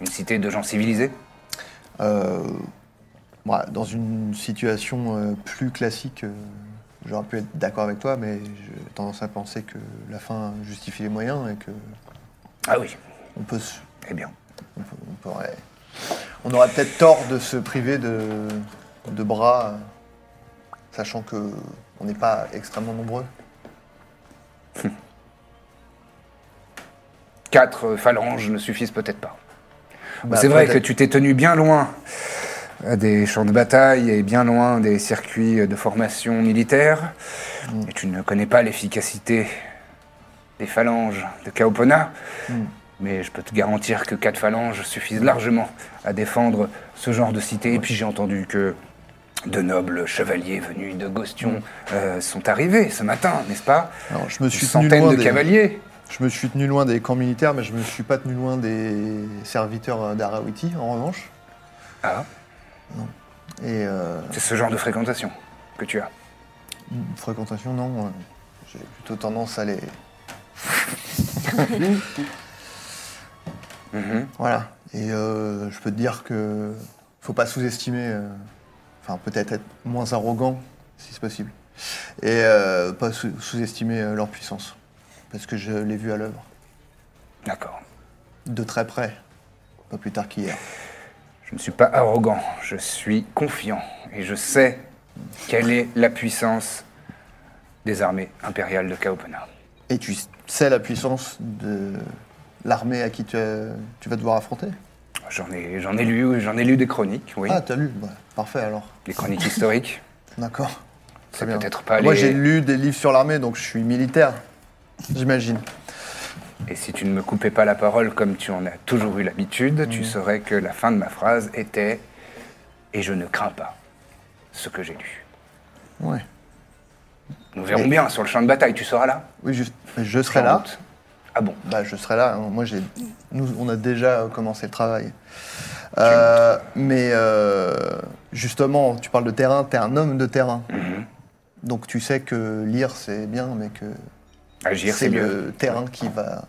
une cité de gens civilisés
Euh, moi, dans une situation euh, plus classique, euh, j'aurais pu être d'accord avec toi, mais j'ai tendance à penser que la fin justifie les moyens et que
Ah oui,
on peut, se-
eh bien.
on peut- on pourrait- on aurait peut-être tort de se priver de, de bras, euh, sachant que on n'est pas extrêmement nombreux.
Quatre euh, phalanges ne suffisent peut-être pas.
Bah,
C'est vrai que
peut-être-
tu t'es tenu bien loin euh, des champs de bataille et bien loin des circuits euh, de formation militaire.
Mm.
Et tu ne connais pas l'efficacité des phalanges de Kaopona.
Mm.
Mais je peux te garantir que quatre phalanges suffisent largement à défendre ce genre de cité. Et puis j'ai entendu que de nobles chevaliers venus de Gostion euh, sont arrivés ce matin, n'est-ce pas
Mm. Alors, je me suis
Une
tenu
centaine
loin
de
des-
cavaliers.
Je me suis tenu loin des camps militaires, mais je me suis pas tenu loin des serviteurs euh, d'Arawiti, en revanche.
Ah,
Et euh,
c'est ce genre de fréquentation que tu as.
Une Fréquentation, non. euh, J'ai plutôt tendance à les. Mhm. Voilà. Et euh, je peux te dire que faut pas sous-estimer. euh, Enfin, peut-être être moins arrogant, si c'est possible. Et euh, pas sous- sous-estimer euh, leur puissance. Parce que je l'ai vu à l'œuvre.
D'accord.
De très près. Pas plus tard qu'hier.
Je ne suis pas arrogant, je suis confiant et je sais quelle est la puissance des armées impériales de Kaopena.
Et tu sais la puissance de l'armée à qui tu, as- tu vas devoir affronter
J'en ai, j'en ai lu, j'en ai lu des chroniques, oui,
Ah, t'as lu Bah, Parfait alors.
des chroniques historiques.
D'accord.
C'est
bien.
peut-être pas
Moi,
les-
j'ai lu des livres sur l'armée, donc je suis militaire, j'imagine.
Et si tu ne me coupais pas la parole comme tu en as toujours eu l'habitude,
Mm.
tu saurais que la fin de ma phrase était et je ne crains pas ce que j'ai lu.
Ouais.
Nous verrons
Mais-
bien sur le champ de bataille, tu seras là.
Oui, juste. mais Je serai là.
Ah bon.
Bah, je serai là. hein. Moi, j'ai. Nous, on a déjà euh, commencé le travail. Euh, mais euh, justement, tu parles de terrain. T'es un homme de terrain.
Mm-hmm.
Donc, tu sais que lire c'est bien, mais que
Agir,
c'est
c'est mieux.
le terrain qui va,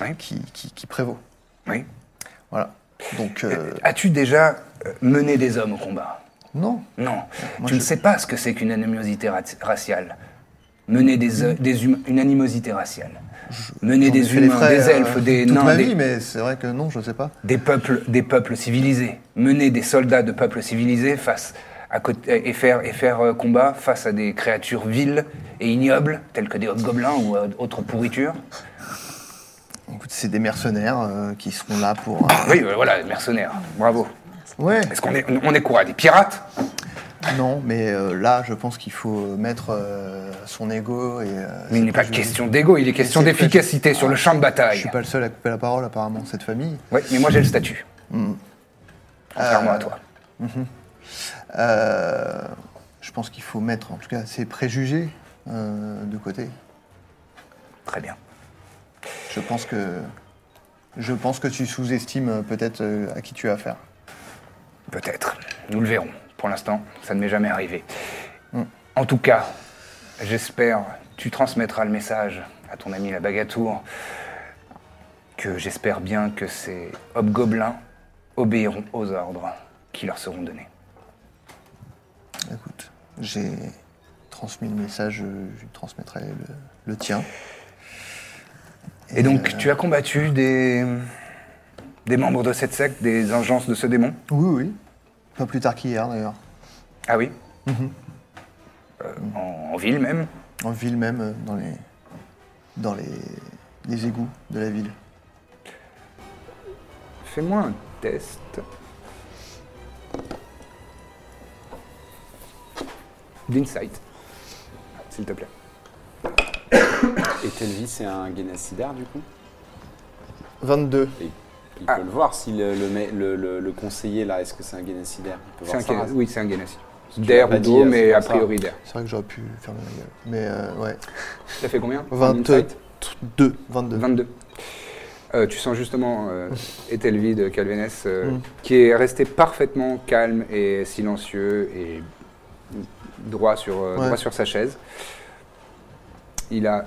Ouais.
qui, qui, qui prévaut.
Oui.
Voilà. Donc, euh,
As-tu déjà euh, mené des hommes au combat
non.
Non,
Moi,
tu ne
je-
sais pas ce que c'est qu'une animosité ra- raciale. Mener des, euh, des hum- une animosité raciale. Mener
J'en ai
des
fait les
humains,
frais,
des
euh,
elfes, des
toute
nains,
ma
des,
vie, mais c'est vrai que non, je sais pas.
des peuples, des peuples civilisés. Mener des soldats de peuples civilisés face à côté, et faire, et faire euh, combat face à des créatures viles et ignobles, telles que des hobgoblins ou euh, autres pourritures.
Écoute, c'est des mercenaires euh, qui seront là pour. euh,
Oui, euh, voilà, mercenaires, bravo.
Ouais.
Est-ce qu'on est, on est quoi Des pirates
Non, mais euh, là, je pense qu'il faut mettre euh, son ego et. euh,
Mais il
c'est
n'est pas
je-
question d'ego, il est question
c'est pas-
d'efficacité sur le champ de
Je
bataille.
suis pas le seul à couper la parole, apparemment, cette famille.
Oui, mais moi j'ai le statut. Contrairement à toi.
Euh, je pense qu'il faut mettre, en tout cas, ses préjugés euh, de côté.
Très bien.
Je pense que. Je pense que tu sous-estimes euh, peut-être euh, à qui tu as affaire.
Peut-être. Nous le verrons. Pour l'instant, ça ne m'est jamais arrivé. En tout cas, j'espère, tu transmettras le message à ton ami la Bagatour, que j'espère bien que ces hobgoblins obéiront aux ordres qui leur seront donnés.
Écoute, j'ai transmis le message, euh, je lui transmettrai le, le tien.
Et donc, tu as combattu des, des membres de cette secte, des agences de ce démon
Oui, oui. Pas plus tard qu'hier d'ailleurs.
Ah oui Euh, en, en ville même
En ville même, euh, dans les, dans les, les égouts de la ville.
Fais-moi un test. D'insight, s'il te plaît.
Et Telvi, c'est un Guénacidar du coup
22.
Il peut le voir si le, le, ma- le- le- le conseiller là, est-ce que c'est un Guénacidar Il peut
C'est
voir
un
ça.
Guénassi- oui, c'est un Guénassi.
tu
D'air
l'as
ou
pas dit,
d'eau,
euh, c'est
mais a
pour ça.
priori d'air.
C'est vrai que j'aurais pu fermer ma gueule. Mais euh, ouais.
Ça fait combien
22.
22.
2, 22.
22. Euh, tu sens justement
[laughs]
euh, Etelvi de Calvenes euh,
Mm.
qui est resté parfaitement calme et silencieux et droit sur, euh,
Ouais.
droit sur sa chaise. Il a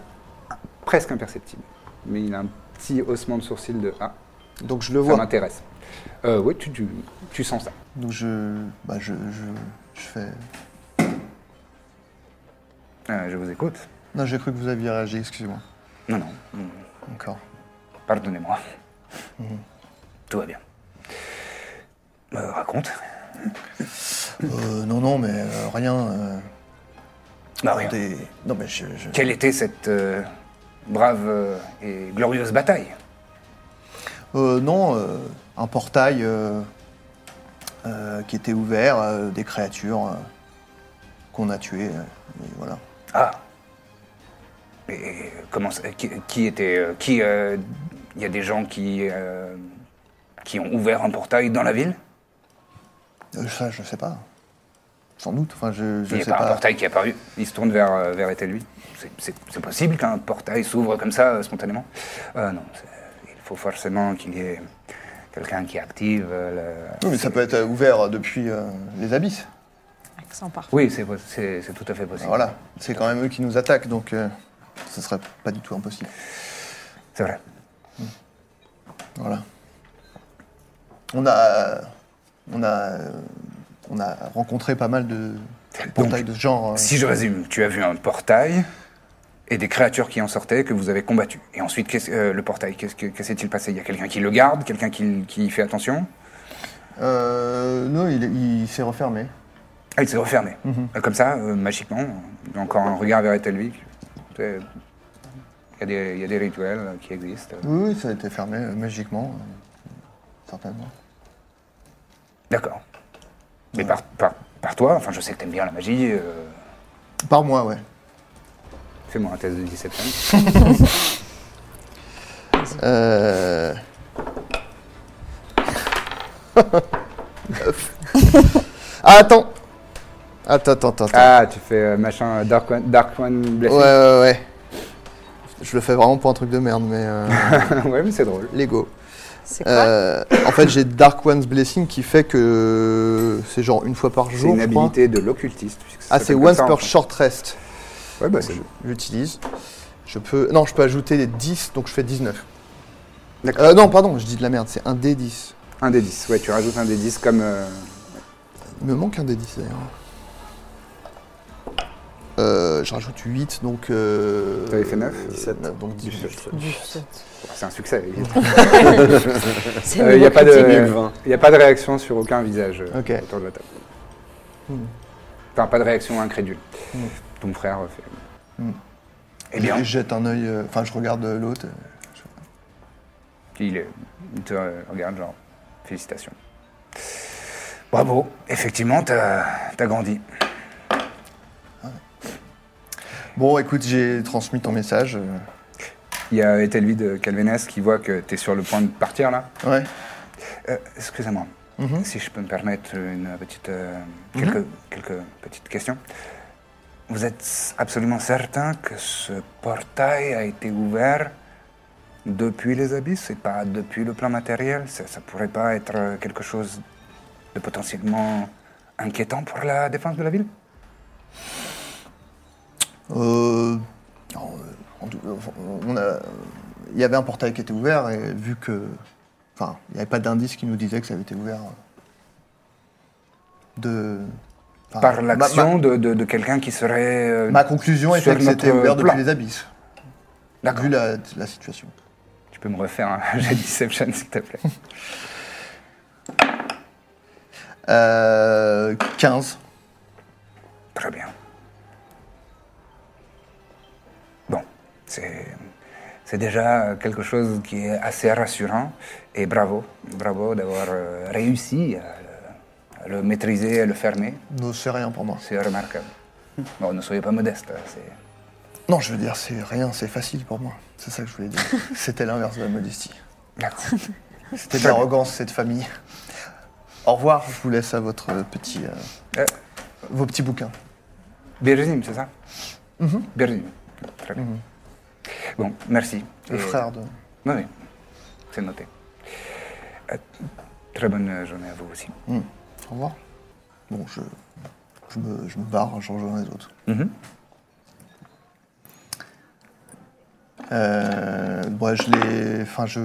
presque imperceptible, mais il a un petit haussement de sourcil de Ah,
Donc je le
ça
vois.
m'intéresse. Euh, oui, tu, tu, tu sens ça.
Donc je, bah je, je, je fais.
Euh, je vous écoute.
Non, j'ai cru que vous aviez réagi, excusez-moi.
Non, non,
Encore.
pardonnez-moi.
Mm.
Tout va bien. Euh, raconte.
Euh, non, non, mais euh, rien. euh,
Bah, rien.
des- Non, mais je. je-
Quelle était cette euh, brave euh, et glorieuse bataille
Euh, non, euh, un portail euh, euh, qui était ouvert, euh, des créatures euh, qu'on a tuées. euh, et voilà.
Ah Et, et comment ça- qui, qui était. euh, Qui. euh, Il y a des gens qui. euh, qui ont ouvert un portail dans la ville
Euh, ça, je sais pas. Sans doute. Enfin, je, je
Il n'y a
sais
pas, un
pas.
portail qui est apparu. Il se tourne vers, euh, vers Etelvi. C'est- C'est c'est possible qu'un portail s'ouvre comme ça, euh, spontanément Euh, Non. c'est- Il faut forcément qu'il y ait quelqu'un qui active euh, le-
Oui, mais ça peut être euh, ouvert depuis euh, les abysses.
Accent parfait.
Oui, c'est pos- c'est c'est tout à fait possible.
Voilà. C'est quand même eux qui nous attaquent, donc euh, ce serait pas du tout impossible.
C'est vrai.
Voilà. On a, euh, on a, euh, on a rencontré pas mal de portails de ce genre. euh.
Si je résume, tu as vu un portail et des créatures qui en sortaient que vous avez combattues. Et ensuite, qu'est-ce- euh, le portail, qu'est-ce que- que s'est-il passé Il y a quelqu'un qui le garde, quelqu'un qui, qui fait attention
Euh, non, il, il s'est refermé.
Ah, il s'est refermé. Euh, Comme ça, euh, magiquement. Encore un regard vers Etelvic. C'est- Il y, a des- il y a des rituels euh, qui existent.
Oui, oui, ça a été fermé euh, magiquement, euh, certainement.
D'accord. Mais par, par- par toi, enfin, je sais que t'aimes bien la magie. euh,
Par moi, ouais.
Fais-moi un test de 17 ans.
Euh... [laughs] ah, attends. Attends, attends, attends. attends.
Ah, tu fais euh, machin euh, Dark One, Dark One Blessing.
ouais, ouais, ouais. Je le fais vraiment pour un truc de merde, mais
[laughs]
euh,
[laughs] ouais, mais c'est drôle.
Lego.
C'est quoi
Euh, en fait, j'ai Dark One's Blessing qui fait que c'est genre une fois par
C'est
jour.
une
je crois.
habilité de l'occultiste. puisque ça
Ah,
s'appelle
c'est
comme
once
ça, en
per
français.
short rest.
Ouais, bah,
Donc,
c'est
je l'utilise. Je peux. Non, je peux ajouter les 10, donc je fais 19.
D'accord.
Euh, non, pardon, je dis de la merde, c'est un D10.
un des 10. Ouais, tu rajoutes un des 10 comme. euh,
Il me manque un D10 d'ailleurs. Euh, je rajoute 8, donc. Euh,
T'avais fait neuf
17, donc 18.
C'est un succès.
C'est
Il n'y a, pas
C'est mieux que
de-
20.
y a pas de réaction sur aucun visage euh,
Ok.
autour de la table.
Hmm.
Enfin, pas de réaction incrédule.
Hmm.
Ton frère euh, fait.
Hmm.
Eh bien,
Je jette un œil, euh, enfin, je regarde euh, l'autre. euh, je-
il, est- il te euh, regarde, genre, félicitations. Bravo, effectivement, t'as as grandi.
Bon, écoute, j'ai transmis ton message. euh,
Il y a Etelvi de Calvenas qui voit que t'es sur le point de partir là.
Ouais.
Euh, Excusez-moi,
Mhm.
si je peux me permettre une petite, euh, quelques, quelques petites questions. Vous êtes absolument certain que ce portail a été ouvert depuis les abysses et pas depuis le plan matériel Ça ne pourrait pas être euh, quelque chose de potentiellement inquiétant pour la défense de la ville
Euh, non, euh, en tout- euh, on a- il y avait un portail qui était ouvert et vu que, enfin, il n'y avait pas d'indice qui nous disait que ça avait été ouvert euh, de enfin,
Par
Ah, ma-
l'action
Ma,
de, de- de quelqu'un qui serait... euh,
ma conclusion était
sur
que c'était
notre
ouvert depuis
plan.
les abysses.
D'accord.
Vu la, la situation.
Tu [laughs] peux me refaire un jet de deception, s'il te plaît.
Euh, 15.
Très bien. Bon, c'est c'est déjà quelque chose qui est assez rassurant et bravo, bravo d'avoir euh, réussi à le, à le maîtriser, à le fermer.
Non, c'est rien pour moi.
C'est
[laughs]
remarquable. Bon, ne soyez pas modeste. hein, c'est-
Non, je veux dire, c'est rien, c'est facile pour moi. C'est ça que je voulais dire. C'était l'inverse de la modestie.
D'accord.
C'était de l'arrogance, cette famille. Au revoir, je vous laisse à votre euh, petit, euh,
Euh,
vos petits bouquins.
Birgim, c'est ça
Mm-hmm.
Birgim. Très bien. Bon, merci.
Le
Et-
frère de.
Oui, oui. c'est noté. Euh, très bonne journée à vous aussi.
Au revoir. Bon, je, je, me, je me barre, je rejoins les autres. Euh, bon, je les. Enfin, je.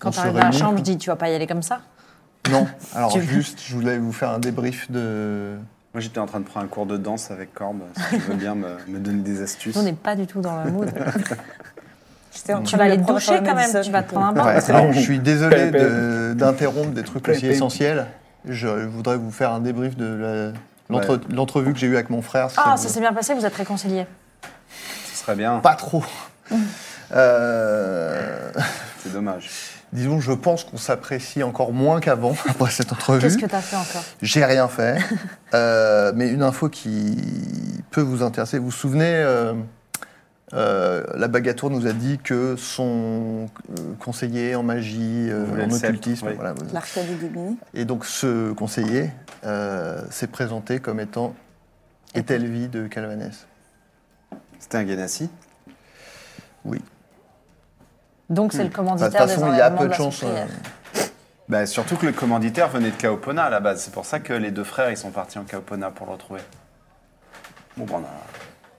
Quand
on se
t'arrives dans la
réunit.
chambre, je dis, tu vas pas y aller comme ça [laughs]
Non, alors
Tu-
juste, je voulais vous faire un débrief de.
Moi, j'étais en train de prendre un cours de danse avec Corbe. Si tu veux bien me, me donner des astuces.
Nous, on n'est pas du tout dans le [laughs] mood.
J'étais en
tu
train
vas
de
aller te
prendre
doucher
par le
quand même,
Madison.
tu
[laughs]
vas te prendre un bain.
Ouais, alors, je suis désolé de- d'interrompre des trucs aussi
Pépé.
essentiels. Je voudrais vous faire un débrief de la- l'entre- l'entrevue que j'ai eue avec mon frère. si
Ah,
vous-
ça s'est bien passé, vous êtes réconciliés.
Ce serait bien.
Pas trop.
Mm.
Euh, [laughs]
C'est dommage.
Disons, je pense qu'on s'apprécie encore moins qu'avant [laughs] après cette
Qu'est-ce
entrevue.
que t'as fait encore
J'ai rien [laughs] fait, Euh, mais une info qui peut vous intéresser. Vous vous souvenez, euh, euh, la Bagatour nous a dit que son euh, conseiller en magie, euh,
Voulait
en
le sceptre,
occultisme,
oui.
voilà, vous-
L'arcade du Bini.
et donc ce conseiller euh, s'est présenté comme étant Etelvi de Calvanès.
C'était un Ganassi
Oui.
Donc, c'est le
Enfin,
commanditaire
Hmm. Bah, de toute façon,
des
il y a
enlèvements
peu de
la
chances.
Sainte-Prière.
euh,
Bah, surtout que le commanditaire venait de Kaopona à la base. C'est pour ça que les deux frères ils sont partis en Kaopona pour le retrouver. Bon, bah, on a-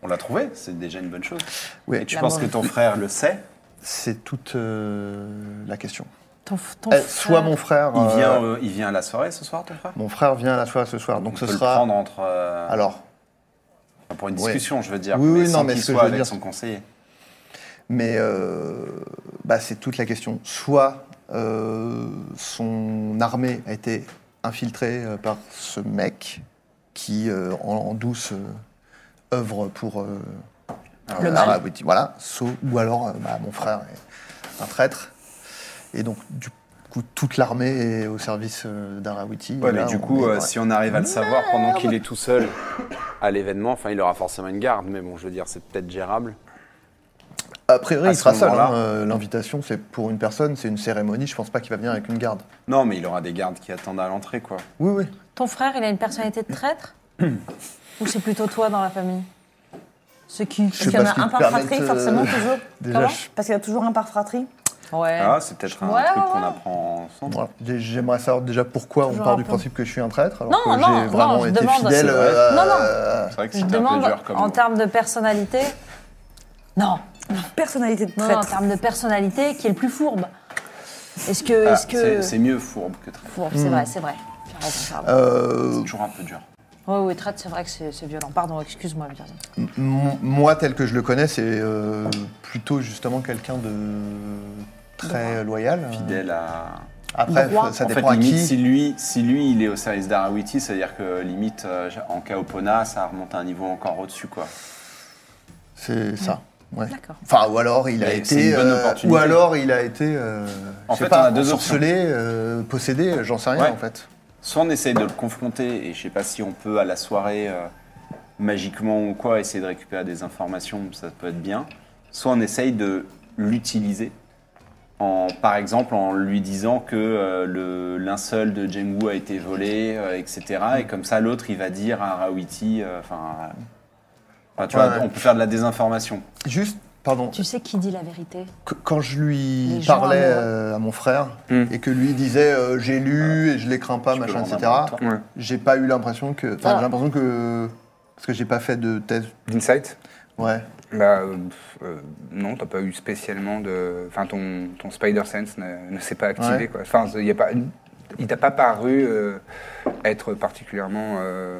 on l'a trouvé. C'est déjà une bonne chose.
Oui.
Et tu
La
penses que
mauvaise-
ton frère le sait
c'est toute euh, la question.
Ton f- ton
Eh, soit
frère-
mon frère.
il vient,
euh,
euh, il vient à la soirée ce soir, ton frère
Mon frère vient à la soirée ce soir, donc
On
ce
peut
sera.
le prendre entre, euh,
Alors,
pour une
ouais.
discussion, je veux dire.
Oui, oui,
sans
non, mais
qu'il
ce que
soit
je veux
avec
dire,
son conseiller.
mais euh, bah, c'est toute la question. Soit euh, son armée a été infiltrée euh, par ce mec qui, euh, en, en douce, euh, œuvre pour euh,
Le
euh,
mal.
Arabouti, voilà. So- ou alors, euh, bah, mon frère est un traître, et donc du coup toute l'armée est au service euh, d'Arawiti. Et
Ouais, mais
là,
du
on
coup,
est-
euh,
ouais.
si on arrive à le savoir pendant qu'il est tout [coughs] seul à l'événement, enfin, il aura forcément une garde, mais bon, je veux dire, c'est peut-être gérable.
a priori,
à
il
ce
sera seul.
moment-là-
hein. Euh, L'invitation, c'est pour une personne, c'est une cérémonie. Je pense pas qu'il va venir avec une garde.
Non, mais il aura des gardes qui attendent à l'entrée, quoi.
Oui, oui.
Ton frère, il a une personnalité
[coughs]
de traître Ou c'est plutôt toi dans la famille Ce
sais
qui.
Parce qu'il y en
pas ce
a un
qui
par
te permet
fratrie,
de-
forcément, toujours.
[laughs] Déjà,
Comment
je-
Parce qu'il y a toujours un par fratrie.
Ouais.
Ah, c'est peut-être un
Ouais,
truc
ouais,
qu'on
ouais.
apprend ensemble.
Voilà. J'ai- J'aimerais savoir déjà pourquoi on
Toujours
part
un
du
peu.
principe que je suis un traître, alors
Non,
que
non,
j'ai vraiment
non, je
été
demande,
fidèle.
c'est
vrai.
euh,
Non, non.
euh,
C'est vrai que
Je
c'était un peu
demande
dur comme
en termes de personnalité. Non,
Personnalité de
non, non, en
traître.
termes de personnalité, qui est le plus fourbe Est-ce que.
Ah,
est-ce que...
c'est- C'est mieux fourbe que traître.
Fourbe, c'est vrai, c'est vrai. Tu as raison, pardon.
euh,
C'est toujours un peu dur.
Oui, oui, traite, c'est vrai que c'est c'est violent. Pardon, excuse-moi, Virginie.
m- moi, tel que je le connais, c'est euh, plutôt justement quelqu'un de très loyal.
Fidèle à.
Après,
Droit.
ça
en fait,
dépend à
limite,
qui.
si lui, si lui, il est au service d'Arawiti, c'est-à-dire que limite, euh, en Kaopona, ça remonte à un niveau encore au-dessus, quoi.
C'est ça. ouais.
Mm. D'accord.
Enfin, ou alors il a
Mais c'est
été,
une bonne
euh,
opportunité.
ou alors il a été, euh,
En
je sais
fait, on
pas,
a deux options.
ensorcelé, euh, possédé, j'en sais rien
Ouais.
en fait.
Soit on essaye de le confronter, et je sais pas si on peut à la soirée, euh, magiquement ou quoi, essayer de récupérer des informations, ça peut être bien. Soit on essaye de l'utiliser, en, par exemple en lui disant que euh, le linceul de Jengu a été volé, euh, etc. Et comme ça, l'autre, il va dire à Rawiti, euh, enfin... euh, enfin, tu
Ouais,
vois,
ouais.
on peut faire de la désinformation.
Juste, pardon,
Tu sais qui dit la vérité
Qu- quand je lui
Les gens
parlais
amoureux.
euh, à mon frère
Mm.
et que lui disait euh, j'ai lu et je les crains pas,
Tu peux
machin,
le rendre
etc.,
à toi.
Ouais.
j'ai pas eu l'impression que. Enfin,
Ah.
j'ai l'impression que. Parce que j'ai pas fait de thèse.
D'insight
Ouais.
Bah, euh, pff, euh, non, t'as pas eu spécialement de. Enfin, ton, ton Spider Sense ne, ne s'est pas activé,
Ouais.
quoi. Enfin, il y a pas. Il t'a pas paru euh, être particulièrement. euh,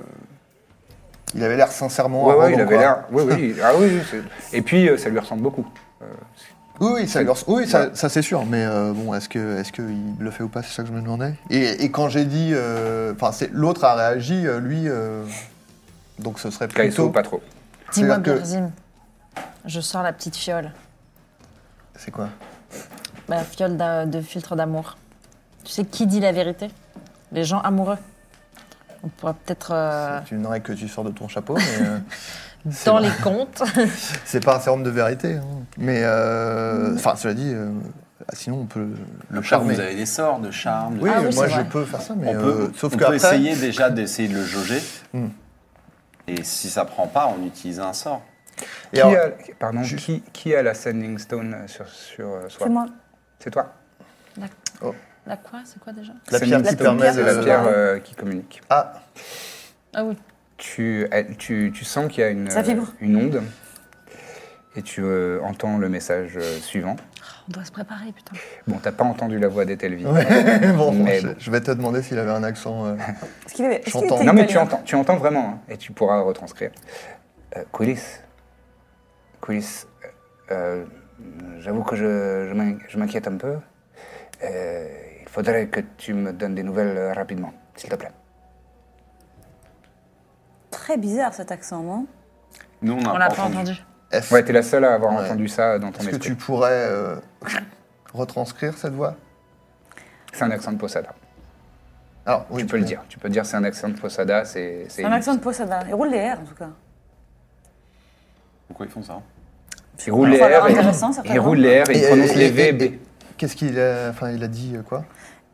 Il avait l'air sincèrement.
Ouais, ouais,
arrogant, [laughs]
il avait
quoi.
l'air. Oui, oui. Ah oui. oui, c'est- Et puis, euh, ça lui ressemble beaucoup. Euh,
Oui, oui, ça, leur- oui, ça, ça, c'est sûr, mais euh, bon, est-ce que, est-ce qu'il le fait ou pas, c'est ça que je me demandais. Et, et quand j'ai dit, euh, enfin, c'est l'autre a réagi, euh, lui, euh, donc ce serait
KSO,
plutôt.
pas trop.
Dis-moi,
C'est-à-dire que-
Birzim. Je sors la petite fiole.
C'est quoi
La fiole d'a- de filtre d'amour. Tu sais qui dit la vérité Les gens amoureux. On pourra peut-être. euh,
C'est une règle que tu sors de ton chapeau, mais euh, c'est
dans
vrai.
[laughs]
les comptes.
c'est pas un sérum de vérité. hein. Mais euh, enfin, cela dit, euh, ah, sinon on peut le
Après,
charmer.
vous avez des sorts de charme. de-
Oui,
Ah oui,
moi
c'est
je
vrai.
peux faire ça,
on
mais
peut,
euh, sauf
on
que
peut
après,
essayer déjà d'essayer de le jauger.
[laughs] Hmm.
Et si ça prend pas, on utilise un sort.
et alors-
qui, a, pardon, qui, qui a la Sending Stone sur, sur euh, soi
C'est moi.
C'est toi
La...
Oh.
la quoi C'est quoi déjà
la
Sending
pierre qui
Stone,
permet
C'est la
de.
pierre euh, qui communique.
Ah, [laughs]
Ah oui.
Tu, elle- tu, tu sens qu'il y a une, euh,
Ça vibre.
une onde et tu euh, entends le message euh, suivant.
On doit se préparer, putain.
Bon, t'as pas entendu la voix d'Etelvi.
ouais, bon,
Mais
je,
bon.
je vais te demander s'il avait un accent. euh,
Est-ce qu'il avait- est-ce qu'il
J'entends.
[laughs]
était
Non, mais tu
italien
entends, tu entends vraiment, hein, et tu pourras retranscrire. Euh, coulisses. Coulisses. euh, J'avoue que je, je m'in- je m'inquiète un peu. Euh, il faudrait que tu me donnes des nouvelles euh, rapidement, s'il te plaît.
Très bizarre cet accent, hein. non
Nous, on n'a
On
pas,
l'a pas
entendu.
entendu.
Est-ce
Ouais, t'es la seule à avoir
Ouais.
entendu ça dans ton
est-ce que
esprit.
tu pourrais euh, retranscrire cette voix
C'est un accent de Posada.
Alors, oui,
tu peux le dire. Tu peux dire c'est un accent de Posada, c'est...
C'est un accent de Posada. Il roule les R en tout cas.
Pourquoi ils font ça hein
Il roule les
Ça a l'air
R, et-
intéressant,
il
certainement.
roule les R et il prononce les V et B.
Qu'est-ce qu'il a Enfin, il a dit euh, quoi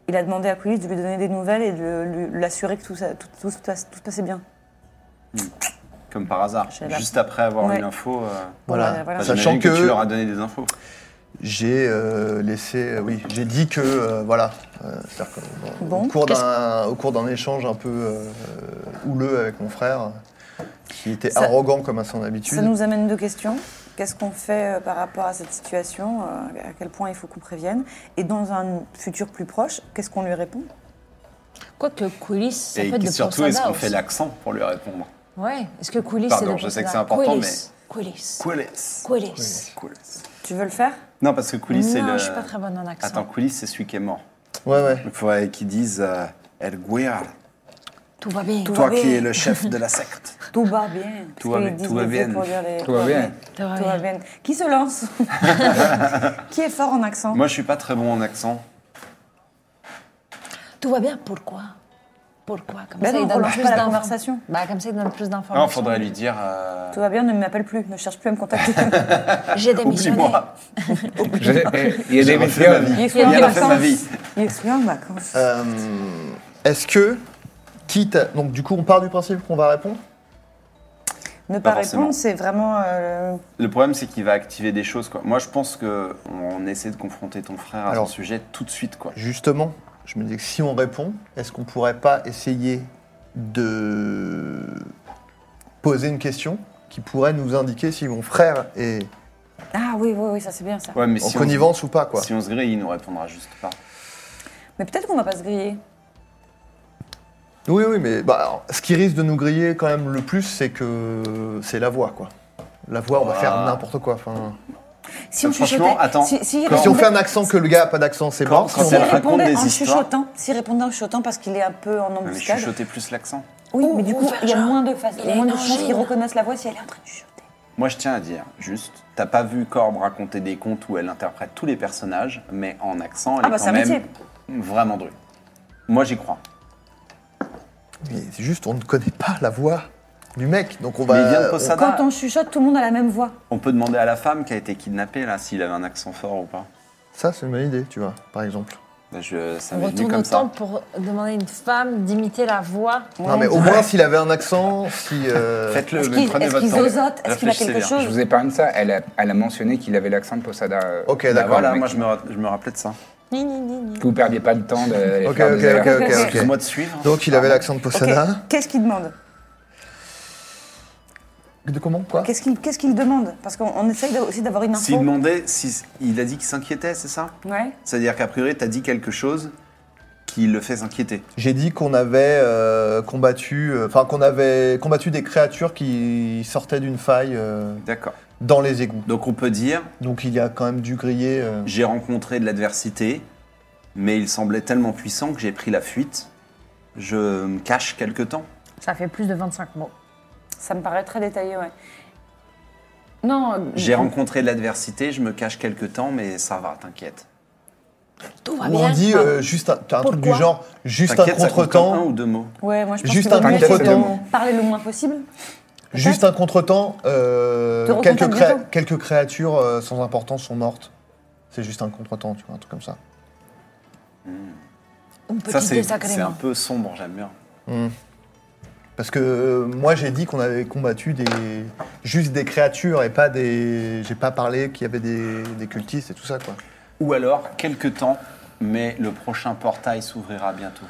Il a demandé à Quilis de lui donner des nouvelles et de le- lui- l'assurer que tout, ça, tout, tout se passe- tout se passait bien.
Comme par hasard.
Je sais pas.
Juste après avoir
Ouais.
eu l'info. euh,
Voilà.
bah, voilà.
bah,
Sachant
j'imagine que...
que-
tu leur as donné des infos.
J'ai euh, laissé, euh, oui, j'ai dit que, euh, voilà, euh, c'est-à-dire qu'au
Bon,
au cours
qu'est-ce-
d'un- au cours d'un échange un peu euh, houleux avec mon frère, qui était
Ça-
arrogant comme à son habitude,
Ça nous amène deux questions. Qu'est-ce qu'on fait euh, par rapport à cette situation euh, À quel point il faut qu'on prévienne Et dans un futur plus proche, qu'est-ce qu'on lui répond
Quoique coulisses, ça
et
peut être de
surtout,
Porsada
est-ce qu'on
aussi.
fait l'accent pour lui répondre
Ouais. Est-ce que coulisses,
Pardon,
c'est de
je sais que
Porsada
c'est important,
Coulisses, Coulisses.
Coulis.
Coulisses.
Coulis.
Tu veux le faire
Non, parce que Coulis, c'est
non,
le.
je suis pas très bonne en accent.
Attends, Coulis, c'est celui qui est mort.
ouais, ouais,
Il faudrait qu'ils disent euh, El Guiar,
Tout va bien.
Tout
toi
va
qui
bien.
es le chef de la secte.
[laughs] Tout va bien.
Tout
Parce
va bien,
qu'ils disent
tout va
des
bien.
fois pour dire les-
Tout va bien.
Tout va
Tout va bien. Qui
[laughs]
se lance Qui est fort en accent
Moi, je suis pas très bon en accent.
Tout va bien, pourquoi Pourquoi Comme
Ben
ça,
non,
il
on
donne
relance
plus
pas la
d'informations.
conversation.
Bah, comme ça, il donne plus d'informations.
Non, faudrait lui dire. euh,
Tout va bien, ne m'appelle plus, ne cherche plus à
[laughs]
me contacter.
J'ai démissionné.
Oublie-moi.
Je- Il y a des
J'ai refait
messieurs.
ma vie.
Il est
Il
fouillé
y
en
a refait ma vie.
vacances. Il est fouillé en vacances.
Euh, Est-ce que, quitte à- Donc, du coup, on part du principe qu'on va répondre
ne pas,
forcément.
répondre, c'est vraiment. euh,
Le problème, c'est qu'il va activer des choses. Quoi. Moi, je pense que on essaie de confronter ton frère à
Alors.
son sujet tout de suite. Quoi.
Justement, je me dis que si on répond, est-ce qu'on pourrait pas essayer de poser une question qui pourrait nous indiquer si mon frère est
Ah oui, oui, oui, ça c'est bien ça.
Ouais, mais
en
si on,
connivence ou pas, quoi.
si on se grille, il nous répondra juste pas.
Mais peut-être qu'on va pas se griller.
Oui, oui, mais bah, alors, ce qui risque de nous griller quand même le plus, c'est que c'est la voix, quoi. La voix, on va
Ouah.
faire n'importe quoi. Enfin,
Si on
Franchement,
chuchotait-
attends.
Si, si,
Quand-
si on
répondait-
fait un accent que le gars a pas d'accent, c'est
Quand-
mort. Si
quand
on-
S'il
Elle raconte
répondait
des
en
histoires.
chuchotant, s'il répondait en chuchotant parce qu'il est un peu en
Non, mais
embuscade.
chuchoter plus l'accent.
Oui, mais
Ou-
du
ou
coup,
faire
il y a
genre,
moins de faces,
il est
moins de
énervé,
chances qu'ils
là.
reconnaissent la voix si elle est en train de chuchoter.
Moi, je tiens à dire, juste, t'as pas vu Corbe raconter des contes où elle interprète tous les personnages, mais en accent, elle
Ah bah,
est quand
c'est un
même vraiment drôle. Moi, j'y crois.
Mais c'est juste, on ne connaît pas la voix du mec, donc on va.
mais il vient de
on-
Posada.
Quand on chuchote, tout le monde a la même voix.
On peut demander à la femme qui a été kidnappée, là, s'il avait un accent fort ou pas.
Ça, c'est une bonne idée, tu vois, par exemple.
Bah, je, ça
On
m'est venu
retourne au
comme ça.
temps pour demander à une femme d'imiter la voix.
non, mais au moins, s'il avait un accent, si. euh,
[laughs] Faites-le,
Est-ce
mais
qu'il
prenez
est-ce
votre
qu'il
temps.
zozote Est-ce qu'il a
Réfléchissez
quelque
bien.
Je
chose
vous épargne ça. Elle a, elle a mentionné qu'il avait l'accent de Posada. euh,
Ok,
d'avant, le
d'accord.
Bah, Voilà,
mec.
moi, je me, ra- je me rappelais de ça.
Ni, ni, ni, ni.
Que vous perdiez pas de temps de.
Ok, ok, ok, ok. ok.
Excuse-moi de suivre.
Donc, il avait l'accent de
Ok,
Posada.
Qu'est-ce qu'il demande
De comment, quoi
Qu'est-ce qu'il qu'est-ce qu'il demande Parce qu'on on essaye de- aussi d'avoir une info.
S'il demandait, si, il a dit qu'il s'inquiétait, c'est ça
Ouais.
C'est-à-dire qu'a priori, t'as dit quelque chose qui le fait s'inquiéter.
J'ai dit qu'on avait euh, combattu, euh, enfin qu'on avait combattu des créatures qui sortaient d'une faille euh,
D'accord.
dans les égouts.
Donc on peut dire,
Donc il y a quand même du grillé. euh,
j'ai rencontré de l'adversité, mais il semblait tellement puissant que j'ai pris la fuite. Je me cache quelque temps.
Ça fait plus de 25 mots.
Ça me paraît très détaillé, ouais. Non, euh,
J'ai rencontré de l'adversité, je me cache quelque temps, mais ça va, t'inquiète.
Tout va
Ou on dit euh, juste un, t'as un truc du
Pourquoi
genre, juste un
T'inquiète, ça compte comme un
contretemps,
ou deux mots.
ouais, moi je pense
Juste
que
un
vaut mieux
contre-temps.
de- Parler le moins possible.
juste un contretemps, euh,
Te recontacte
quelques, cré-
bientôt.
quelques créatures euh, sans importance sont mortes. C'est juste un contretemps, tu vois, un truc comme ça.
Une
Ça,
petite
c'est c'est un
désagrément.
peu sombre, j'aime bien.
Parce que euh, moi j'ai dit qu'on avait combattu des juste des créatures et pas des. J'ai pas parlé qu'il y avait des, des cultistes et tout ça quoi.
Ou alors, quelque temps, mais le prochain portail s'ouvrira bientôt.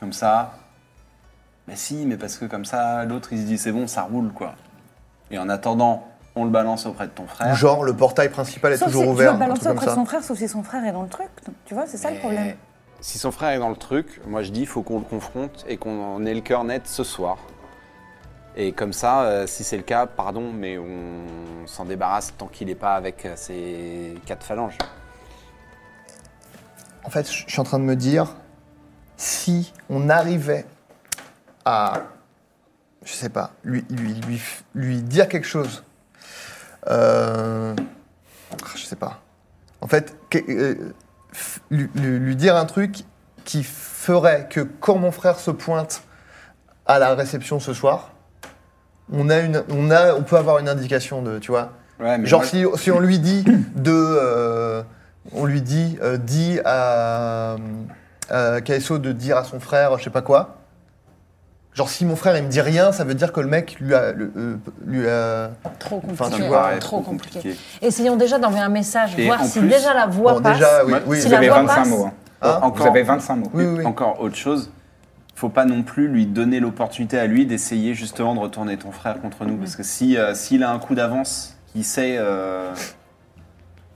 Comme ça. Mais si, mais parce que comme ça, l'autre, il se dit, c'est bon, ça roule, quoi. Et en attendant, on le balance auprès de ton
Ou
frère.
genre le portail principal est
Sauf si
toujours
tu
ouvert.
vas
un
balancer
truc comme
auprès de
ça.
son frère, sauf si son frère est dans le truc. Donc, tu vois, c'est ça le problème.
Mais Si son frère est dans le truc, moi je dis, il faut qu'on le confronte et qu'on en ait le cœur net ce soir. Et comme ça, euh, si c'est le cas, pardon, mais on s'en débarrasse tant qu'il n'est pas avec euh, ses quatre phalanges.
En fait, je je suis en train de me dire, si on arrivait à, je sais pas, lui, lui, lui, f- lui dire quelque chose, euh, je sais pas. En fait, que- euh, f- lui, lui- lui dire un truc qui ferait que quand mon frère se pointe à la réception ce soir, on a une, on a, on peut avoir une indication de, tu vois.
Ouais, mais
Genre
moi,
si, si on lui dit de, euh, on lui dit, euh, dit à, euh, à KSO de dire à son frère, je sais pas quoi. Genre si mon frère il me dit rien, ça veut dire que le mec lui a, le- euh, lui a-
Trop
Enfin,
compliqué.
tu vois,
ouais,
trop compliqué. Essayons déjà d'envoyer un message,
Et
voir
en
si
plus-
déjà la voix
Bon,
passe.
déjà, oui,
Moi,
oui,
si
Vous
la
avez
voix
25
passe,
mots. hein.
Hein
Encore,
Vous avez 25 mots.
Oui, oui, oui.
encore autre chose, faut pas non plus lui donner l'opportunité à lui d'essayer justement de retourner ton frère contre nous. Parce que si, euh, s'il a un coup d'avance, il sait. euh,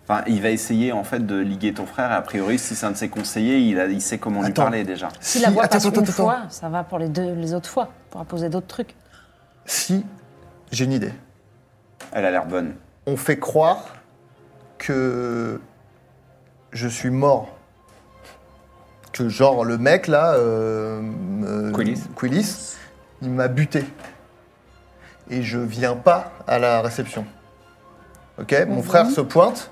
Enfin, il va essayer en fait de liguer ton frère. Et a priori, si c'est un de ses conseillers, il, a- il sait comment lui
Attends.
parler déjà.
Si la voix
attends,
passe
attends,
une
attends,
fois, ça va pour les, deux, les autres fois, pour imposer d'autres trucs.
si j'ai une idée,
Elle a l'air bonne.
on fait croire que je suis mort. Que genre le mec là, euh, me-
Quillis.
Quillis, il m'a buté. Et je viens pas à la réception. Ok,
Mhm.
mon frère se pointe.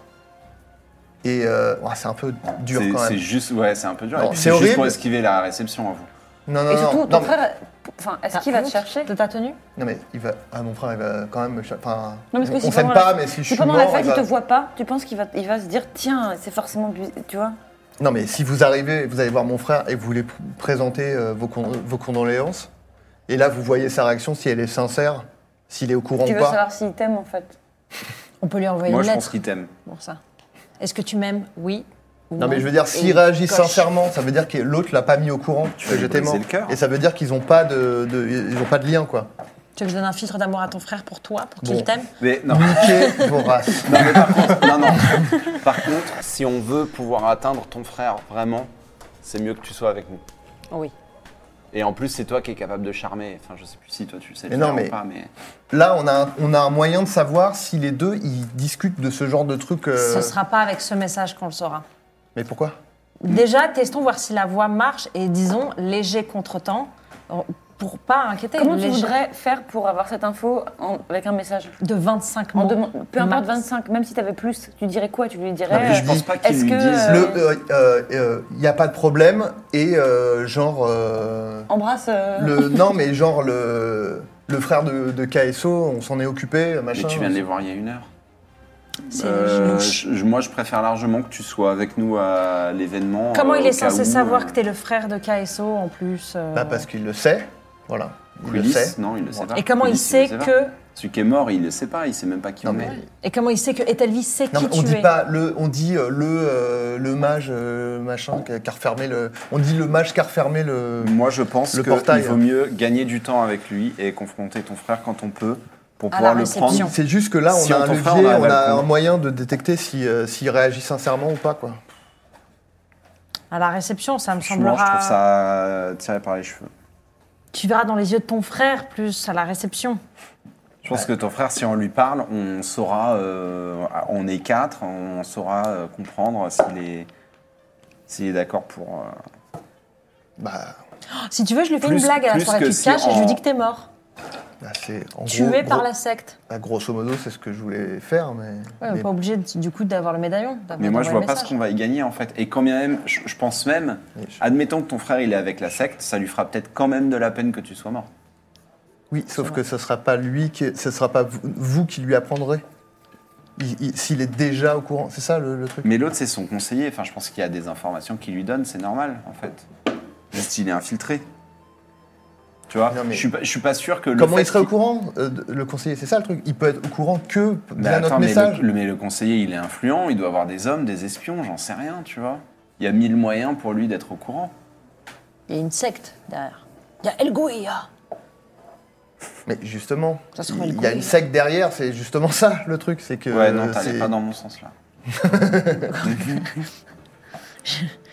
Et euh, ouah, c'est un peu dur
C'est
quand
c'est
même.
juste, ouais, c'est un peu dur.
Non,
Et puis,
c'est
c'est juste
horrible.
pour esquiver la réception à vous.
Non, non,
Et
non,
surtout,
non,
ton
mais-
frère, enfin, est-ce
T'as
qu'il va te
honte
chercher
Ah, De ta tenue
non, mais il va. Ah, mon frère, il va quand même. me cher- Enfin,
Non, parce que
on-
si
on s'aime
pendant
pas,
la-
mais si je
Si
suis
pendant
mort, bah
la
il
fête, il
va-
te voit pas, tu penses qu'il va, il va se dire tiens, c'est forcément. bu- Tu vois
Non, mais si vous arrivez, vous allez voir mon frère et vous voulez pr- présenter euh, vos, con- vos condoléances, et là vous voyez sa réaction, si elle est sincère, s'il est au courant
Tu
ou
veux
pas.
savoir s'il t'aime en fait.
On peut lui envoyer
Moi,
une
je pense
lettre
qu'il t'aime.
pour ça. Est-ce que tu m'aimes Oui. ou
Non, mais je veux dire, s'il
Et
réagit
coche.
sincèrement, ça veut dire que l'autre l'a pas mis au courant que
vas lui
j'étais
briser
mort.
le cœur.
Et ça veut dire qu'ils ont pas de, de- ils ont pas de lien, quoi.
Tu lui donnes un filtre d'amour à ton frère pour toi, pour
Bon.
qu'il t'aime
Mais
[laughs]
non.
Niquez
[laughs]
vos races.
Non, mais par contre, non, non. Par contre, si on veut pouvoir atteindre ton frère vraiment, c'est mieux que tu sois avec nous.
Oui.
Et en plus, c'est toi qui es capable de charmer. Enfin, je sais plus si toi tu le sais
Mais
faire
non, mais-
ou pas, mais
Là, on a, un- on a un moyen de savoir si les deux ils discutent de ce genre de truc. euh,
Ce sera pas avec ce message qu'on le saura.
Mais pourquoi
Déjà, testons voir si la voix marche et disons léger contretemps pour pas inquiéter.
Comment tu
Léger-
voudrais faire pour avoir cette info en- avec un message
de 25
En
mots
demande- peu importe
max.
25, même si t'avais plus, tu dirais quoi Tu lui dirais.
Non, mais je
euh,
pense pas qu'ils
est-ce
lui
que,
disent
euh,
Le, euh, euh, euh, y a pas de problème et euh, genre. euh,
Embrasse. euh,
Le, non, mais genre le, le frère de, de KSO, on s'en est occupé,
Mais
machin.
tu viens de les voir il y a une heure.
C'est
Euh,
léger.
je- je- moi, je préfère largement que tu sois avec nous à l'événement.
Comment
euh,
il
au
est
cas
censé
où,
savoir
euh,
que t'es le frère de KSO en plus euh,
Bah, parce qu'il le sait, voilà. Il
Ulysse,
le sait.
Non, il le sait pas.
Et comment il
Ulysse,
sait
le pas.
que
Celui qui est mort, il le sait pas. Il sait même pas qui
Non,
on
mais,
est.
et comment il sait que Ethelvis sait
non,
qui
mais on
tu
dit
es
pas le, on dit euh, le, euh, le mage euh, machin qui a, qui a refermé le. On dit le mage qui a refermé le.
euh, Moi, je pense
Le
qu'il
portail,
vaut
hein.
mieux gagner du temps avec lui et confronter ton frère quand on peut pour
À
pouvoir
la
le prendre.
réception.
C'est juste que là, on
Si
a
on
un
t'en
levier,
fera, on
on a,
arrive à le
un
prendre.
moyen de détecter si, euh, s'il réagit sincèrement ou pas, quoi.
À la réception, ça me
Franchement,
semblera.
je trouve ça euh, tiré par les cheveux.
Tu verras dans les yeux de ton frère plus à la réception.
Je pense que ton frère, si on lui parle, on saura, euh, on est quatre, on saura euh, comprendre s'il est, s'il est d'accord pour. euh,
Bah,
Oh, Si tu veux, je lui fais
Plus-
une blague à la
plus
soirée.
que
Tu te
si
caches et je
en-
lui dis que t'es mort.
là, bah, c'est en gros-
Tué par
gros-
la secte.
bah, grosso modo, c'est ce que je voulais faire, mais.
Ouais, on
mais-
est pas obligé de- du coup d'avoir le médaillon.
Mais moi, je vois pas ce qu'on va y gagner en fait. Et quand bien même, je, je pense même,
Oui, je-
admettons que ton frère il est avec la secte, ça lui fera peut-être quand même de la peine que tu sois mort.
Oui, sauf que ce sera pas lui qui, ce sera pas vous, vous qui lui apprendrez. Il- il- S'il est déjà au courant, c'est ça le, le truc.
Mais l'autre, c'est son conseiller. Enfin, je pense qu'il y a des informations qu'il lui donne, c'est normal en fait. Juste, il est infiltré. Tu vois
Non, mais-
je, suis pas, je suis pas sûr que. le
Comment
fait
il serait au
qu'il-
courant euh, de- Le conseiller, c'est ça le truc. Il peut être au courant que
Mais
via notre
Bah, attends, mais le-
message.
le, mais le conseiller, il est influent, il doit avoir des hommes, des espions, j'en sais rien, tu vois. Il y a mille moyens pour lui d'être au courant.
Il y a une secte derrière. Il y a El Gouya.
Mais justement,
Ça se
il
remet le
il y a
coup.
une secte derrière. C'est justement ça le truc, c'est que.
ouais, non,
euh,
t'allais
c'est-
pas dans mon sens là.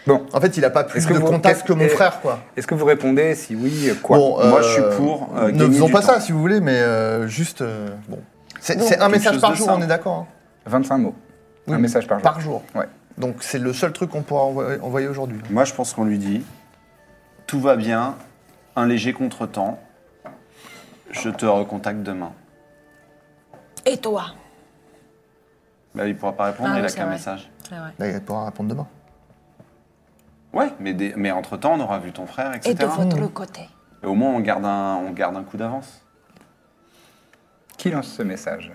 En fait, il a pas plus
Est-ce que
de
vous-
contacts que mon
qu'est-ce-
frère, quoi.
Est-ce que vous répondez Si oui, quoi
Bon,
Moi,
euh,
je suis pour,
ne
euh, gagner
faisons
du
pas
temps.
ça, si vous voulez, mais euh, juste euh, bon. C'est
Non,
c'est un
quelque
message
chose
par
de
jour,
simple.
on est d'accord. hein.
25 mots.
Oui,
un
mais
message par jour.
Par jour.
Ouais.
Donc c'est le seul truc qu'on pourra envoyer, envoyer aujourd'hui.
Moi, je pense qu'on lui dit tout va bien, un léger contretemps. Je te recontacte demain.
Et toi
Bah, il pourra pas répondre,
Ah
il
oui,
a
c'est
qu'un
vrai.
message.
Là, il pourra hein. répondre demain.
Ouais, mais, des- mais entre-temps, on aura vu ton frère, etc.
Et de
Hmm.
votre côté.
Et au moins, on garde un, on garde un coup d'avance.
Qui lance ce message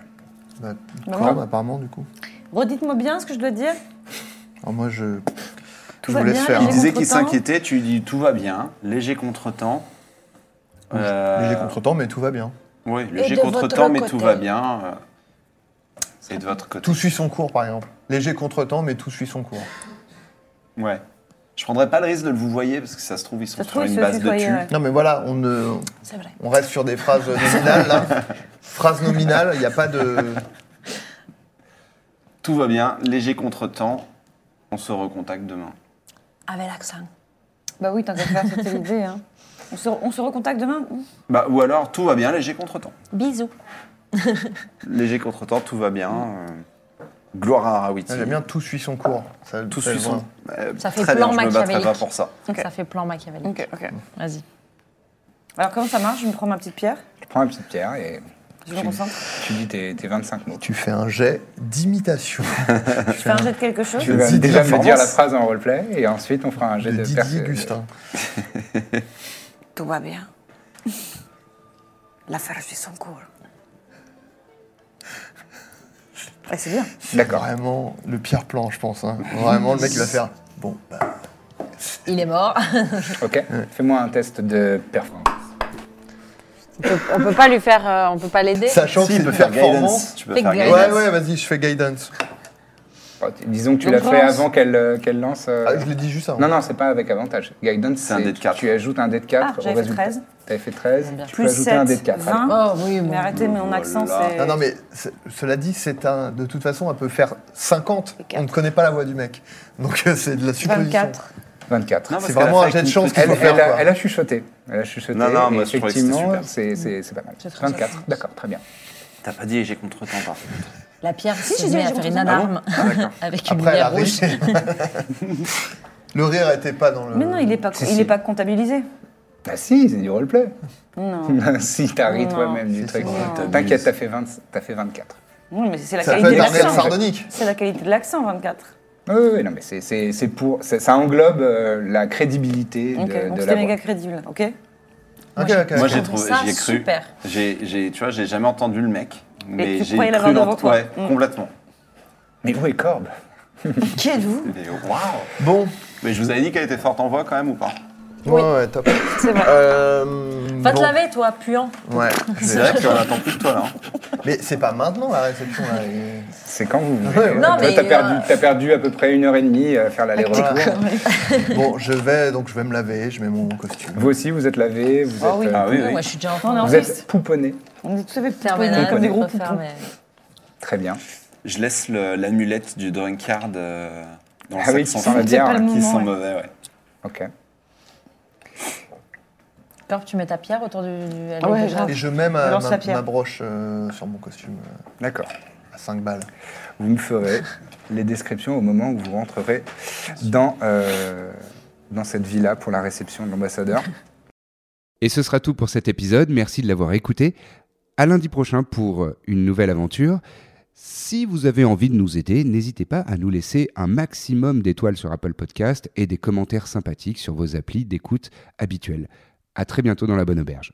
Bah,
Bah,
Coram,
non.
apparemment, du coup.
Redites-moi bien ce que je dois dire.
Alors, moi, je, je
va
vous laisse
bien,
faire.
les
Il
hein.
gens-
disait qu'il
contretemps.
s'inquiétait, tu lui dis tout va bien, léger contretemps. Euh,
Léger contretemps, mais tout va bien.
Oui, léger
de
contretemps,
votre
mais tout
côté.
va bien. euh, et de votre côté.
Tout suit son cours, par exemple. Léger contretemps, mais tout suit son cours.
Ouais. Je prendrais pas le risque de le vous voyez parce que ça se trouve, ils sont
Ça se
sur
trouve, ils
une
se
base
tutoyaient,
de tu.
ouais.
Non, mais voilà, on, ne-
euh, C'est vrai.
on reste sur des phrases nominales, là. Phrase nominale, il n'y a pas de.
Tout va bien, léger contretemps. On se recontacte demain.
Avec l'accent.
Bah oui, tant qu'à faire, c'était l'idée.
[laughs]
hein. On, se, on se recontacte demain
Bah, ou alors, tout va bien, léger contretemps.
Bisous.
Léger contretemps, tout va bien. euh, gloire à Harawiti.
Ah, J'aime bien tout suit son cours. Ça-
Tout
ça,
suit son.
voilà.
Euh,
Ça fait
très
plan
bien, je me battrai
machiavélique.
pas pour ça.
Ça fait plan machiavélique.
Ok, ok.
Vas-y.
Alors comment ça marche Je me prends ma petite pierre,
Tu prends la petite pierre et
je me concentre.
tu dis tes, tes 25 mots.
Tu fais un jet
[laughs]
d'imitation.
Je fais un jet de quelque chose.
Tu vas
Didi
déjà me
Florence.
dire la phrase en roleplay et ensuite on fera un jet
de
de, euh,
Didier
perce-
Gustin.
Tout va bien. [laughs] L'affaire suit son cours. Ouais, c'est bien.
D'accord.
Vraiment le pire plan, je pense. hein. Vraiment, le mec, il va faire. Bon, bah,
Il est mort.
Ok. Fais-moi un test de performance.
on peut pas lui faire. euh, on peut pas l'aider.
sachant
Si,
que
il
c'est
peut
une
faire
performance.
guidance. Tu peux
Fais
faire
guidance.
guidance.
Ouais, ouais, vas-y, je fais guidance.
Enfin, tu- disons que tu
Donc,
l'as fait
relance.
avant qu'elle euh, qu'elle lance. euh,
Ah, je l'ai dit juste avant.
Non, non, c'est pas avec avantage. Guidance,
C'est un dé de
tu-
quatre.
Tu ajoutes un dé de 4
Ah,
au
j'avais fait
résultat.
13.
T'avais fait 13. Tu peux
Plus
ajouter
7,
un dé de 4.
20.
Oh oui, bon.
Hein Mais arrêtez, mais mon accent,
Voilà.
c'est...
Non, non, mais c'est- cela dit, c'est un. De toute façon, elle peut faire 50.
Et quatre.
On ne connaît pas la voix du mec. Donc euh, c'est de la supposition.
24.
24.
Non, parce
C'est
qu'elle a
vraiment
fait
un jet de
avec une
chance
petite-
Elle,
qu'il faut
elle
faire.
a,
quoi.
elle a chuchoté. Elle a chuchoté.
Non, non, moi,
et
je trouvais que c'était
effectivement,
super.
c'est- c'est c'est pas mal.
C'est très
24. D'accord, très bien.
T'as pas dit léger contretemps, par contre.
La pierre, si
j'ai
j'ai
dit,
à
j'ai
faire une
compris.
alarme [laughs] avec une
Après, elle a
lumière rouge.
réussi. [laughs] le rire était pas dans le.
Mais non, il n'est pas,
Si,
il
si.
est pas comptabilisé.
Bah si, c'est du roleplay. [laughs] Bah,
Non.
si, t'as ri
Non,
toi-même du
c'est-
truc.
c'est-
non.
T'inquiète, t'as fait, 20 t'as fait 24.
Non, mais c'est la
Ça
qualité
fait
de
un air
l'accent.
sardonique.
C'est la qualité de l'accent, 24.
Oui, oui, non, mais c'est- c'est c'est pour... c'est- Ça englobe euh, la crédibilité de,
Ok,
de
donc
la
c'était
voix.
méga crédible, ok
Ok, ok.
Moi,
ok.
j'ai
trouvé
trouvé,
ça
j'y ai cru.
super.
J'ai, j'ai- tu vois, j'ai jamais entendu le mec. Mais
tu
j'ai
croyais
cru
l'avoir devant
l'ent-
toi.
Ouais,
Mm.
complètement.
Mais où est Corbe
Qui êtes-vous
Mais ben, waouh
Bon.
Mais je vous avais dit qu'elle était forte en voix quand même ou pas
Ouais, ouais, top.
C'est vrai.
Euh,
Va te
bon.
laver, toi, puant.
Ouais.
[laughs]
C'est vrai qu'on attend plus de toi là. hein.
Mais c'est pas maintenant la réception. Là. Et-
C'est quand vous voulez.
Ouais, ouais.
Non,
Toi,
mais,
t'as perdu,
euh,
t'as perdu à peu près une heure et demie à faire l'aller-retour.
Bon, je vais donc je vais me laver. Je mets mon costume.
Vous aussi, vous êtes lavé, vous êtes,
oui.
euh,
Ah oui,
Non,
oui.
Moi, je suis déjà en
Non,
train
non.
de
vous êtes pouponné.
On est tout à fait
faire
poupons,
ménage,
comme des gros
je préfère,
poupons.
mais-
Très bien.
Je laisse le- l'amulette du Drunkard euh, dans le
Ah oui,
sac sans
qui sent la
fond,
bière,
pas le
hein.
qui
moment,
sent
ouais.
mauvais, ouais.
Ok.
peur que tu mettes ta pierre autour du. du-
Ah ouais,
du-
grave.
Et je mets ma,
Lance
ma-
la pierre.
ma broche euh, sur mon costume euh,
D'accord.
à 5 balles.
Vous me ferez les descriptions au moment où vous rentrerez dans, euh, dans cette villa pour la réception de l'ambassadeur.
[laughs] Et ce sera tout pour cet épisode. Merci de l'avoir écouté. À lundi prochain pour une nouvelle aventure. Si vous avez envie de nous aider, n'hésitez pas à nous laisser un maximum d'étoiles sur Apple Podcast et des commentaires sympathiques sur vos applis d'écoute habituelles. À très bientôt dans la bonne auberge.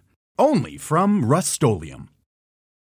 Only from Rust-Oleum.